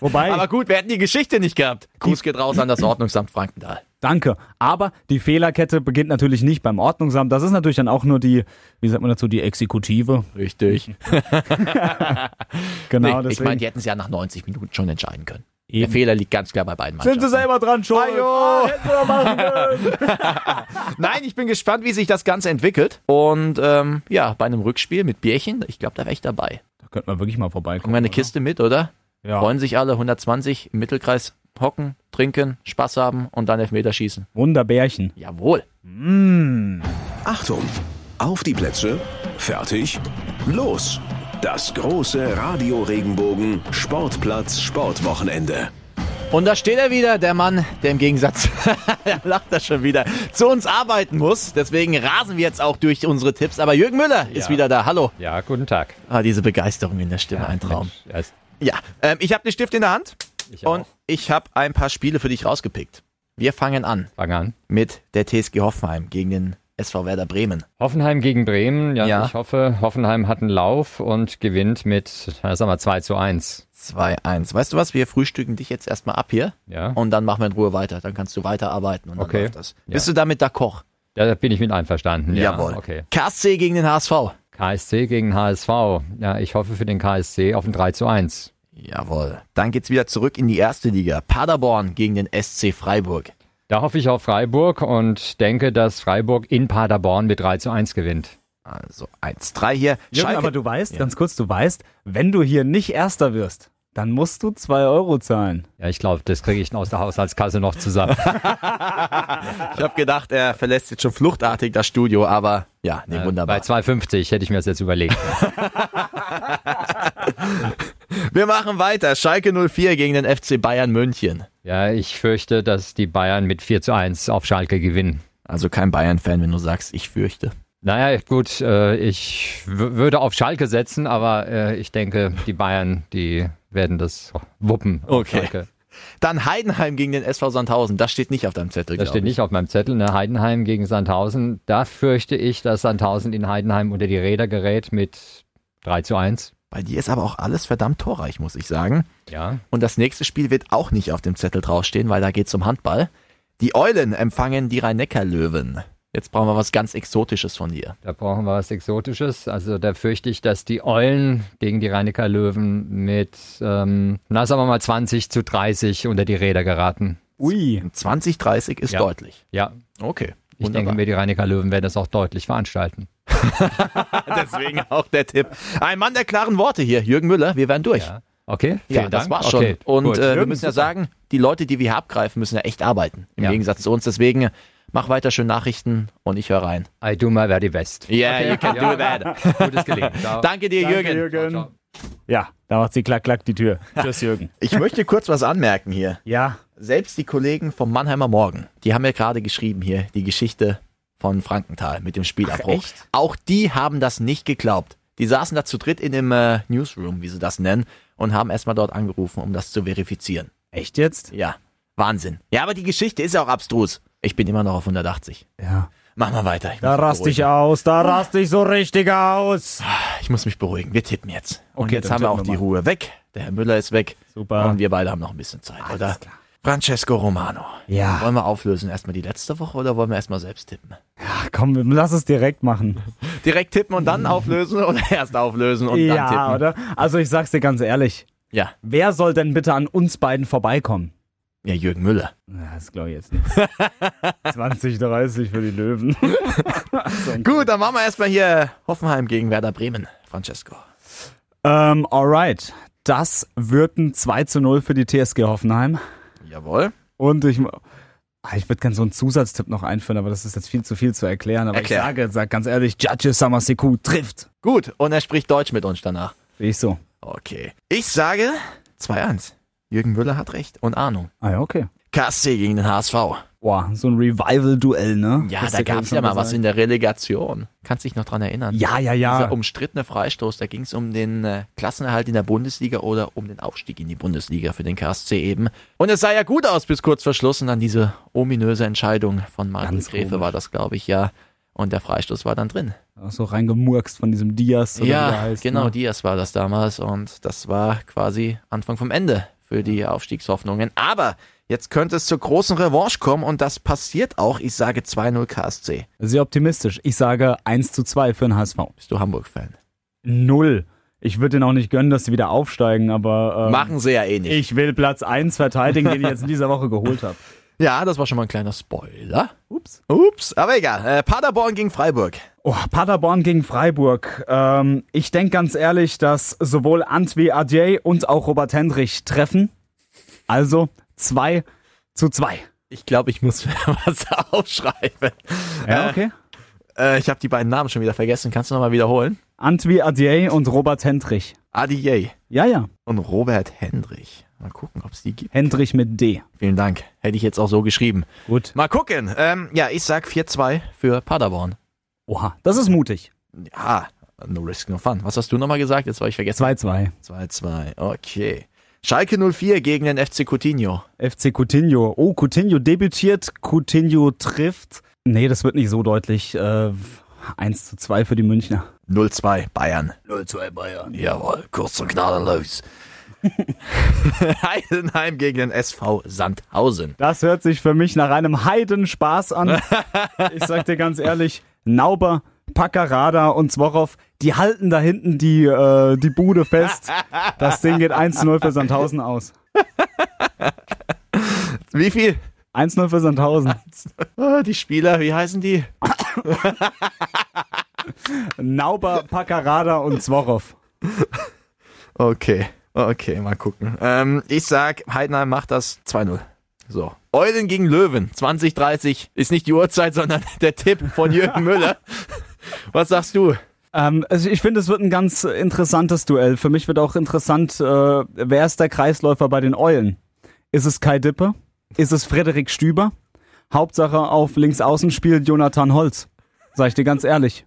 [SPEAKER 1] Wobei,
[SPEAKER 2] Aber gut, wir hätten die Geschichte nicht gehabt. Gruß geht raus an das Ordnungsamt Frankenthal.
[SPEAKER 1] danke, aber die Fehlerkette beginnt natürlich nicht beim Ordnungsamt, das ist natürlich dann auch nur die, wie sagt man dazu, die Exekutive.
[SPEAKER 2] Richtig.
[SPEAKER 1] Genau,
[SPEAKER 2] ich
[SPEAKER 1] deswegen.
[SPEAKER 2] meine, die hätten es ja nach 90 Minuten schon entscheiden können. Der Fehler liegt ganz klar bei beiden
[SPEAKER 1] sind sie
[SPEAKER 2] Mannschaften.
[SPEAKER 1] selber dran schuld. Ah, hätten wir doch machen können.
[SPEAKER 2] [laughs] Nein, ich bin gespannt, wie sich das Ganze entwickelt. Und ähm, ja, bei einem Rückspiel mit Bierchen, ich glaube, da wäre ich dabei.
[SPEAKER 1] da könnten wir wirklich mal
[SPEAKER 2] Bringen
[SPEAKER 1] vorbeikommen.
[SPEAKER 2] wir eine Kiste mit, oder?
[SPEAKER 1] Ja.
[SPEAKER 2] Freuen sich alle, 120 im Mittelkreis hocken, trinken, Spaß haben und dann Elfmeter schießen.
[SPEAKER 1] Wunderbärchen.
[SPEAKER 2] Jawohl.
[SPEAKER 3] Achtung! Auf die Plätze, fertig, los! Das große Radio Regenbogen Sportplatz Sportwochenende.
[SPEAKER 2] Und da steht er wieder, der Mann, der im Gegensatz, [laughs] er lacht er schon wieder, zu uns arbeiten muss. Deswegen rasen wir jetzt auch durch unsere Tipps. Aber Jürgen Müller ist wieder da. Hallo.
[SPEAKER 7] Ja, guten Tag.
[SPEAKER 2] Ah, diese Begeisterung in der Stimme, ein Traum.
[SPEAKER 7] Mensch, ja, ist-
[SPEAKER 2] Ja, ähm, ich habe den Stift in der Hand
[SPEAKER 7] Ich
[SPEAKER 2] und
[SPEAKER 7] auch.
[SPEAKER 2] ich habe ein paar Spiele für dich rausgepickt. Wir fangen an
[SPEAKER 7] Fang an.
[SPEAKER 2] mit der TSG Hoffenheim gegen den SV Werder Bremen.
[SPEAKER 7] Hoffenheim gegen Bremen. Ja,
[SPEAKER 2] Ja.
[SPEAKER 7] ich hoffe, Hoffenheim hat einen Lauf und gewinnt mit, na, sagen wir, 2 zu 1.
[SPEAKER 2] 2-1. Weißt du was, wir frühstücken dich jetzt erstmal ab hier
[SPEAKER 7] Ja,
[SPEAKER 2] und dann machen wir in Ruhe weiter. Dann kannst du weiterarbeiten und dann
[SPEAKER 7] Okay.
[SPEAKER 2] läuft das. Bist du damit d'accord?
[SPEAKER 7] da bin ich mit einverstanden. Ja,
[SPEAKER 2] Jawohl.
[SPEAKER 7] Okay.
[SPEAKER 2] KSC gegen den HSV.
[SPEAKER 7] KSC gegen HSV. Ja, ich hoffe für den KSC auf ein 3 zu 1.
[SPEAKER 2] Jawohl. Dann geht's wieder zurück in die erste Liga. Paderborn gegen den SC Freiburg.
[SPEAKER 7] Da hoffe ich auf Freiburg und denke, dass Freiburg in Paderborn mit 3 zu 1 gewinnt.
[SPEAKER 2] Also 1-3 hier.
[SPEAKER 1] Jürgen,
[SPEAKER 2] Schalke-
[SPEAKER 1] aber du weißt,
[SPEAKER 2] Ja.
[SPEAKER 1] ganz kurz, du weißt, wenn du hier nicht Erster wirst, dann musst du 2 Euro zahlen.
[SPEAKER 7] Ja, ich glaube, das kriege ich aus der Haushaltskasse noch
[SPEAKER 2] [laughs]
[SPEAKER 7] zusammen.
[SPEAKER 2] Ich habe gedacht, er verlässt jetzt schon fluchtartig das Studio, aber ja, nee,
[SPEAKER 7] Äh, Bei
[SPEAKER 2] wunderbar.
[SPEAKER 7] 2,50 hätte ich mir das jetzt überlegt.
[SPEAKER 2] Wir machen weiter. Schalke 04 gegen den FC Bayern München.
[SPEAKER 7] Ja, ich fürchte, dass die Bayern mit 4 zu 1 auf Schalke gewinnen.
[SPEAKER 2] Also kein Bayern-Fan, wenn du sagst, ich fürchte.
[SPEAKER 7] Naja, gut, äh, ich w- würde auf Schalke setzen, aber äh, ich denke, die Bayern, die werden das wuppen. auf
[SPEAKER 2] Okay.
[SPEAKER 7] Schalke.
[SPEAKER 2] Dann Heidenheim gegen den SV Sandhausen. Das steht nicht auf deinem Zettel,
[SPEAKER 7] Das
[SPEAKER 2] glaub
[SPEAKER 7] steht
[SPEAKER 2] ich.
[SPEAKER 7] nicht auf meinem Zettel, ne? Heidenheim gegen Sandhausen. Da fürchte ich, dass Sandhausen in Heidenheim unter die Räder gerät mit 3 zu 1.
[SPEAKER 2] Bei dir ist aber auch alles verdammt torreich, muss ich sagen.
[SPEAKER 7] Ja.
[SPEAKER 2] Und das nächste Spiel wird auch nicht auf dem Zettel draufstehen, weil da geht's um Handball. Die Eulen empfangen die Rhein-Neckar-Löwen. Jetzt brauchen wir was ganz Exotisches von dir.
[SPEAKER 7] Da brauchen wir was Exotisches. Also da fürchte ich, dass die Eulen gegen die Rheinecker Löwen mit, ähm, na sagen wir mal 20 zu 30 unter die Räder geraten.
[SPEAKER 1] Ui.
[SPEAKER 2] 2030 ist
[SPEAKER 7] Ja.
[SPEAKER 2] deutlich.
[SPEAKER 7] Ja,
[SPEAKER 2] Okay.
[SPEAKER 7] ich denke mir, die Rheinecker Löwen werden das auch deutlich veranstalten.
[SPEAKER 2] [laughs] Deswegen auch der Tipp. Ein Mann der klaren Worte hier, Jürgen Müller. Wir werden durch.
[SPEAKER 7] Ja. Okay,
[SPEAKER 2] Ja,
[SPEAKER 7] vielen
[SPEAKER 2] das
[SPEAKER 7] Dank.
[SPEAKER 2] war's schon.
[SPEAKER 7] Okay,
[SPEAKER 2] und
[SPEAKER 7] gut.
[SPEAKER 2] äh, wir
[SPEAKER 1] Jürgen,
[SPEAKER 2] müssen ja
[SPEAKER 1] super.
[SPEAKER 2] sagen, die Leute, die wir hier abgreifen, müssen ja echt arbeiten. Im
[SPEAKER 7] Ja.
[SPEAKER 2] Gegensatz zu uns. Deswegen mach weiter schön Nachrichten und ich höre rein.
[SPEAKER 7] I do my very best.
[SPEAKER 2] Yeah, you can
[SPEAKER 7] Ja.
[SPEAKER 2] do that.
[SPEAKER 7] Gutes
[SPEAKER 2] [laughs]
[SPEAKER 7] Gelingen. Ciao.
[SPEAKER 2] Danke dir, Jürgen.
[SPEAKER 1] Jürgen. Ja, da macht sie klack, klack die Tür. [laughs] Tschüss, Jürgen.
[SPEAKER 2] Ich möchte kurz was anmerken hier.
[SPEAKER 1] Ja,
[SPEAKER 2] Selbst die Kollegen vom Mannheimer Morgen, die haben ja gerade geschrieben hier, die Geschichte von Frankenthal mit dem Spielabbruch.
[SPEAKER 1] echt?
[SPEAKER 2] Auch die haben das nicht geglaubt. Die saßen da zu dritt in dem äh, Newsroom, wie sie das nennen, und haben erstmal dort angerufen, um das zu verifizieren.
[SPEAKER 1] echt jetzt?
[SPEAKER 2] Ja, Wahnsinn. Ja, aber die Geschichte ist ja auch abstrus. Ich bin immer noch auf 180.
[SPEAKER 1] Ja.
[SPEAKER 2] Mach mal weiter. Ich
[SPEAKER 1] Da
[SPEAKER 2] muss mich
[SPEAKER 1] raste ich
[SPEAKER 2] beruhigen.
[SPEAKER 1] aus, da raste ich so richtig aus.
[SPEAKER 2] Ich muss mich beruhigen. Wir tippen jetzt. Und
[SPEAKER 1] Okay,
[SPEAKER 2] jetzt
[SPEAKER 1] dann
[SPEAKER 2] haben wir
[SPEAKER 1] tippen wir
[SPEAKER 2] auch die
[SPEAKER 1] mal.
[SPEAKER 2] Ruhe weg. Der Herr Müller ist weg.
[SPEAKER 1] Super.
[SPEAKER 2] Und wir beide haben noch ein bisschen Zeit, oder?
[SPEAKER 1] klar.
[SPEAKER 2] Francesco Romano.
[SPEAKER 1] Ja.
[SPEAKER 2] Wollen wir auflösen? Erstmal die letzte Woche oder wollen wir erstmal selbst tippen?
[SPEAKER 1] Ach komm, lass es direkt machen.
[SPEAKER 2] Direkt tippen und dann auflösen oder [laughs] erst auflösen und dann tippen?
[SPEAKER 1] ja, oder? Also ich sag's dir ganz ehrlich.
[SPEAKER 2] Ja.
[SPEAKER 1] Wer soll denn bitte an uns beiden vorbeikommen?
[SPEAKER 2] Ja, Jürgen Müller.
[SPEAKER 1] Ja, Das glaube ich jetzt [laughs] nicht. 20, 30 für die Löwen.
[SPEAKER 2] Gut, dann machen wir erstmal hier Hoffenheim gegen Werder Bremen, Francesco.
[SPEAKER 1] Ähm, alright. Das wird ein 2 zu 0 für die TSG Hoffenheim.
[SPEAKER 2] Jawohl.
[SPEAKER 1] Und ich, Ah, ich würde gerne so einen Zusatztipp noch einführen, aber das ist jetzt viel zu viel zu erklären. Aber
[SPEAKER 2] Erklär.
[SPEAKER 1] ich sage, sag ganz ehrlich, Judge Samaseku trifft.
[SPEAKER 2] Gut, und er spricht Deutsch mit uns danach.
[SPEAKER 1] Sehe ich so.
[SPEAKER 2] Okay. Ich sage 2-1. Jürgen Müller hat recht und Ahnung.
[SPEAKER 1] Ah ja, okay.
[SPEAKER 2] KSC gegen den HSV.
[SPEAKER 1] Boah, so ein Revival-Duell, ne?
[SPEAKER 2] Ja,
[SPEAKER 1] Hast
[SPEAKER 2] da
[SPEAKER 1] du
[SPEAKER 2] gab es
[SPEAKER 1] schon
[SPEAKER 2] ja mal was
[SPEAKER 1] gesagt.
[SPEAKER 2] in der Relegation. Kannst dich noch dran erinnern?
[SPEAKER 1] Ja, ja, ja.
[SPEAKER 2] Dieser um umstrittene Freistoß, da ging es um den äh, Klassenerhalt in der Bundesliga oder um den Aufstieg in die Bundesliga für den KSC eben. Und es sah ja gut aus bis kurz vor Schluss und dann diese ominöse Entscheidung von Martin
[SPEAKER 1] Ganz
[SPEAKER 2] Grefe
[SPEAKER 1] komisch.
[SPEAKER 2] war das, glaube ich, ja. Und der Freistoß war dann drin.
[SPEAKER 1] Auch so reingemurkst von diesem Diaz. Oder wie der
[SPEAKER 2] ja,
[SPEAKER 1] heißt,
[SPEAKER 2] genau,
[SPEAKER 1] ne?
[SPEAKER 2] Diaz war das damals und das war quasi Anfang vom Ende für die Aufstiegshoffnungen. Aber jetzt könnte es zur großen Revanche kommen und das passiert auch. Ich sage 2-0 KSC.
[SPEAKER 1] Sehr optimistisch. Ich sage 1 zu 2 für den HSV.
[SPEAKER 2] Bist du Hamburg-Fan?
[SPEAKER 1] Null. Ich würde denen auch nicht gönnen, dass sie wieder aufsteigen, aber ähm,
[SPEAKER 2] Machen sie ja eh nicht.
[SPEAKER 1] ich will Platz 1 verteidigen, den ich jetzt in dieser Woche geholt habe.
[SPEAKER 2] Ja, das war schon mal ein kleiner Spoiler.
[SPEAKER 1] Ups.
[SPEAKER 2] Ups, aber egal. Äh, Paderborn gegen Freiburg.
[SPEAKER 1] Oh, Paderborn gegen Freiburg. Ähm, ich denke ganz ehrlich, dass sowohl Antwi Adjei und auch Robert Hendrich treffen. Also 2 zu 2.
[SPEAKER 2] Ich glaube, ich muss [laughs] was aufschreiben.
[SPEAKER 1] Ja, okay.
[SPEAKER 2] Äh, ich habe die beiden Namen schon wieder vergessen. Kannst du nochmal wiederholen?
[SPEAKER 1] Antwi Adjei und Robert Hendrich.
[SPEAKER 2] Adiye
[SPEAKER 1] Ja, ja.
[SPEAKER 2] und Robert Hendrich. Mal gucken, ob es die gibt.
[SPEAKER 1] Hendrich mit D.
[SPEAKER 2] Vielen Dank. Hätte ich jetzt auch so geschrieben.
[SPEAKER 1] Gut.
[SPEAKER 2] Mal gucken. Ähm, ja, ich sag 4-2 für Paderborn.
[SPEAKER 1] Oha, das ist mutig.
[SPEAKER 2] Ja, no risk, no fun. Was hast du nochmal gesagt? Jetzt war ich vergessen.
[SPEAKER 1] 2-2.
[SPEAKER 2] 2-2, okay. Schalke 04 gegen den FC Coutinho.
[SPEAKER 1] FC Coutinho. Oh, Coutinho debütiert, Coutinho trifft. Nee, das wird nicht so deutlich. Äh, 1 zu 2 für die Münchner.
[SPEAKER 2] 0-2 Bayern. 0-2 Bayern. Jawohl, kurz
[SPEAKER 1] [laughs]
[SPEAKER 2] und gnadenlos. Heidenheim gegen den SV Sandhausen.
[SPEAKER 1] Das hört sich für mich nach einem Heidenspaß an. Ich sag dir ganz ehrlich, Nauber, Packerada und Zworow, die halten da hinten die, äh, die Bude fest. Das Ding geht 1 zu 0 für Sandhausen aus.
[SPEAKER 2] Wie viel?
[SPEAKER 1] 1 zu 0 für Sandhausen.
[SPEAKER 2] Ah, die Spieler, wie heißen die?
[SPEAKER 1] Nauber, Packerada und Zworow.
[SPEAKER 2] Okay, okay, mal gucken. Ähm, ich sag, Heidenheim macht das 2-0. So. Eulen gegen Löwen, 2030 ist nicht die Uhrzeit, sondern [laughs] der Tipp
[SPEAKER 1] [laughs]
[SPEAKER 2] von Jürgen Müller. Was sagst du?
[SPEAKER 1] Ähm, also ich finde, es wird ein ganz interessantes Duell. Für mich wird auch interessant, äh, wer ist der Kreisläufer bei den Eulen? Ist es Kai Dippe? Ist es Frederik Stüber? Hauptsache auf Linksaußen spielt Jonathan Holz. Sag ich dir ganz
[SPEAKER 2] [laughs]
[SPEAKER 1] ehrlich.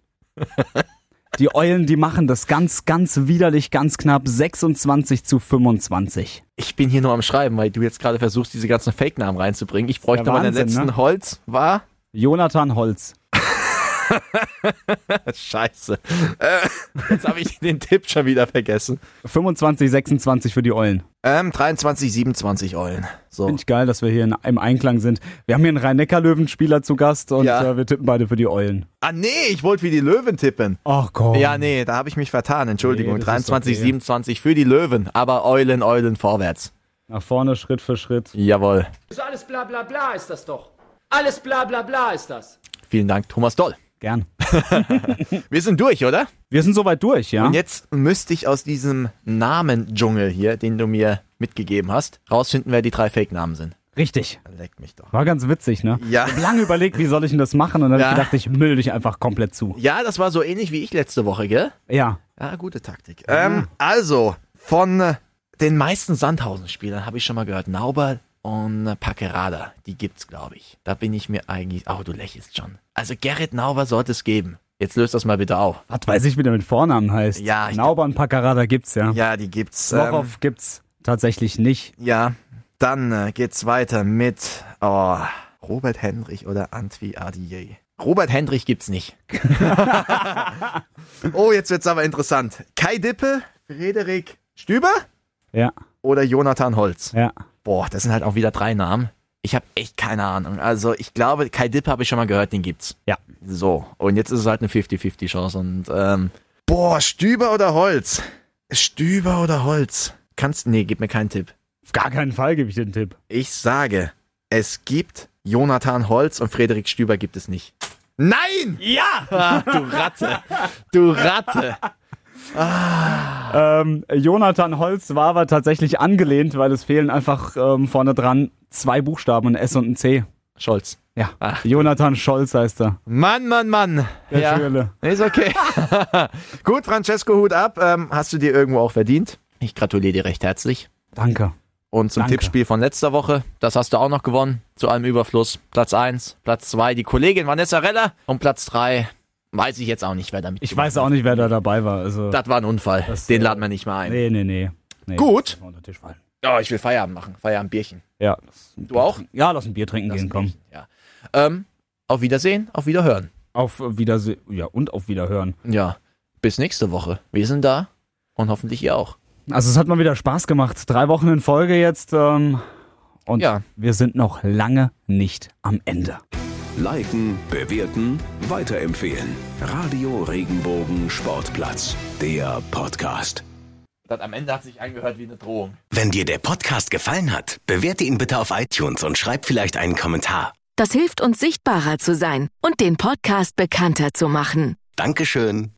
[SPEAKER 1] Die Eulen, die machen das ganz, ganz widerlich, ganz knapp 26 zu 25.
[SPEAKER 2] Ich bin hier nur am Schreiben, weil du jetzt gerade versuchst, diese ganzen Fake-Namen reinzubringen. Ich bräuchte
[SPEAKER 1] Ja,
[SPEAKER 2] mal den
[SPEAKER 1] Wahnsinn,
[SPEAKER 2] letzten
[SPEAKER 1] ne?
[SPEAKER 2] Holz, war?
[SPEAKER 1] Jonathan Holz.
[SPEAKER 2] Scheiße. Äh, jetzt habe ich den Tipp schon wieder vergessen.
[SPEAKER 1] 25, 26 für die Eulen.
[SPEAKER 2] Ähm, 23, 27 Eulen. So.
[SPEAKER 1] Finde ich geil, dass wir hier in, im Einklang sind. Wir haben hier einen Rhein-Neckar-Löwenspieler zu Gast und
[SPEAKER 2] Ja.
[SPEAKER 1] äh, wir tippen beide für die Eulen.
[SPEAKER 2] Ah, nee, ich wollte wie die Löwen tippen.
[SPEAKER 1] Ach komm.
[SPEAKER 2] Ja, nee, da habe ich mich vertan. Entschuldigung.
[SPEAKER 1] Oh. Nee, das ist
[SPEAKER 2] 23,
[SPEAKER 1] okay.
[SPEAKER 2] 27 für die Löwen. Aber Eulen, Eulen vorwärts.
[SPEAKER 1] Nach vorne, Schritt für Schritt.
[SPEAKER 2] Jawohl.
[SPEAKER 4] So alles bla bla bla ist das doch. Alles bla bla bla ist das.
[SPEAKER 2] Vielen Dank, Thomas Doll.
[SPEAKER 1] Gern.
[SPEAKER 2] Wir sind durch, oder?
[SPEAKER 1] Wir sind soweit durch, ja?
[SPEAKER 2] Und jetzt müsste ich aus diesem Namen-Dschungel hier, den du mir mitgegeben hast, rausfinden, wer die drei Fake-Namen sind.
[SPEAKER 1] Richtig.
[SPEAKER 2] Leck mich doch.
[SPEAKER 1] War ganz witzig, ne?
[SPEAKER 2] Ja.
[SPEAKER 1] Ich hab lange überlegt, wie soll ich denn das machen? Und dann
[SPEAKER 2] Ja.
[SPEAKER 1] hab ich gedacht, ich müll dich einfach komplett zu.
[SPEAKER 2] Ja, das war so ähnlich wie ich letzte Woche, gell?
[SPEAKER 1] Ja.
[SPEAKER 2] Ja, Ah, gute Taktik. Ähm, also, von äh, den meisten Sandhausen-Spielern habe ich schon mal gehört. Nauber und äh, Packerada, die gibt's, glaube ich. Da bin ich mir eigentlich. Oh, du lächelst schon. Also, Gerrit Nauber sollte es geben. Jetzt löst das mal bitte auf.
[SPEAKER 1] Was weiß ich, wie der mit Vornamen heißt. Genau,
[SPEAKER 2] Ja, ich-
[SPEAKER 1] Nauber und Paccarada gibt's, ja.
[SPEAKER 2] Ja, die gibt's.
[SPEAKER 1] Wochow
[SPEAKER 2] Ähm,
[SPEAKER 1] gibt's tatsächlich nicht.
[SPEAKER 2] ja, dann äh, geht's weiter mit oh, Robert Hendrich oder Antwi Adier. Robert Hendrich gibt's nicht. [laughs] oh, jetzt wird's aber interessant. Kai Dippe, Frederik Stüber
[SPEAKER 1] Ja,
[SPEAKER 2] oder Jonathan Holz?
[SPEAKER 1] ja.
[SPEAKER 2] Boah, das sind halt auch wieder drei Namen. Ich habe echt keine Ahnung. Also ich glaube, Kai Dipp habe ich schon mal gehört, den gibt's.
[SPEAKER 1] Ja.
[SPEAKER 2] So, und jetzt ist es halt eine 50-50-Chance und ähm, Boah, Stüber oder Holz? Stüber oder Holz? Kannst, nee, gib mir keinen Tipp.
[SPEAKER 1] Auf gar keinen Fall gebe ich den Tipp.
[SPEAKER 2] Ich sage, es gibt Jonathan Holz und Frederik Stüber gibt es nicht. Nein! Ja! Ah, du Ratte. Du Ratte.
[SPEAKER 1] Ähm, Jonathan Holz war aber tatsächlich angelehnt, weil es fehlen einfach ähm, vorne dran zwei Buchstaben, ein S und ein C.
[SPEAKER 2] Scholz.
[SPEAKER 1] Ja. Jonathan Scholz heißt er.
[SPEAKER 2] Mann, Mann, Mann.
[SPEAKER 1] Der Schöne.
[SPEAKER 2] Ist okay. [laughs] Gut, Francesco, Hut ab. Ähm, hast du dir irgendwo auch verdient? Ich gratuliere dir recht herzlich.
[SPEAKER 1] Danke.
[SPEAKER 2] Und zum
[SPEAKER 1] Danke.
[SPEAKER 2] Tippspiel von letzter Woche, das hast du auch noch gewonnen, zu allem Überfluss. Platz 1, Platz 2 die Kollegin Vanessa Reller und Platz 3 weiß ich jetzt auch nicht, wer damit
[SPEAKER 1] Ich weiß auch nicht, wer da dabei war. Also,
[SPEAKER 2] Das war ein Unfall,
[SPEAKER 1] Das,
[SPEAKER 2] den
[SPEAKER 1] äh,
[SPEAKER 2] laden wir nicht mehr ein.
[SPEAKER 1] nee, nee, nee, nee.
[SPEAKER 2] Gut.
[SPEAKER 1] Unter den Tisch fallen.
[SPEAKER 2] Oh, ich will Feierabend machen, Feierabendbierchen.
[SPEAKER 1] Ja.
[SPEAKER 2] Du auch?
[SPEAKER 1] Ja, lass ein Bier trinken gehen, komm.
[SPEAKER 2] Ja. Ähm, auf Wiedersehen, auf Wiederhören.
[SPEAKER 1] Auf Wiedersehen. Ja, und auf Wiederhören.
[SPEAKER 2] Ja, bis nächste Woche. Wir sind da und hoffentlich ihr auch.
[SPEAKER 1] Also es hat mal wieder Spaß gemacht. Drei Wochen in Folge jetzt. Ähm, und
[SPEAKER 2] Ja.
[SPEAKER 1] wir sind noch lange nicht am Ende.
[SPEAKER 3] Liken, bewerten, weiterempfehlen. Radio Regenbogen Sportplatz, der Podcast.
[SPEAKER 2] Das am Ende hat sich angehört wie eine Drohung.
[SPEAKER 11] Wenn dir der Podcast gefallen hat, bewerte ihn bitte auf iTunes und schreib vielleicht einen Kommentar.
[SPEAKER 12] Das hilft uns sichtbarer zu sein und den Podcast bekannter zu machen.
[SPEAKER 11] Dankeschön.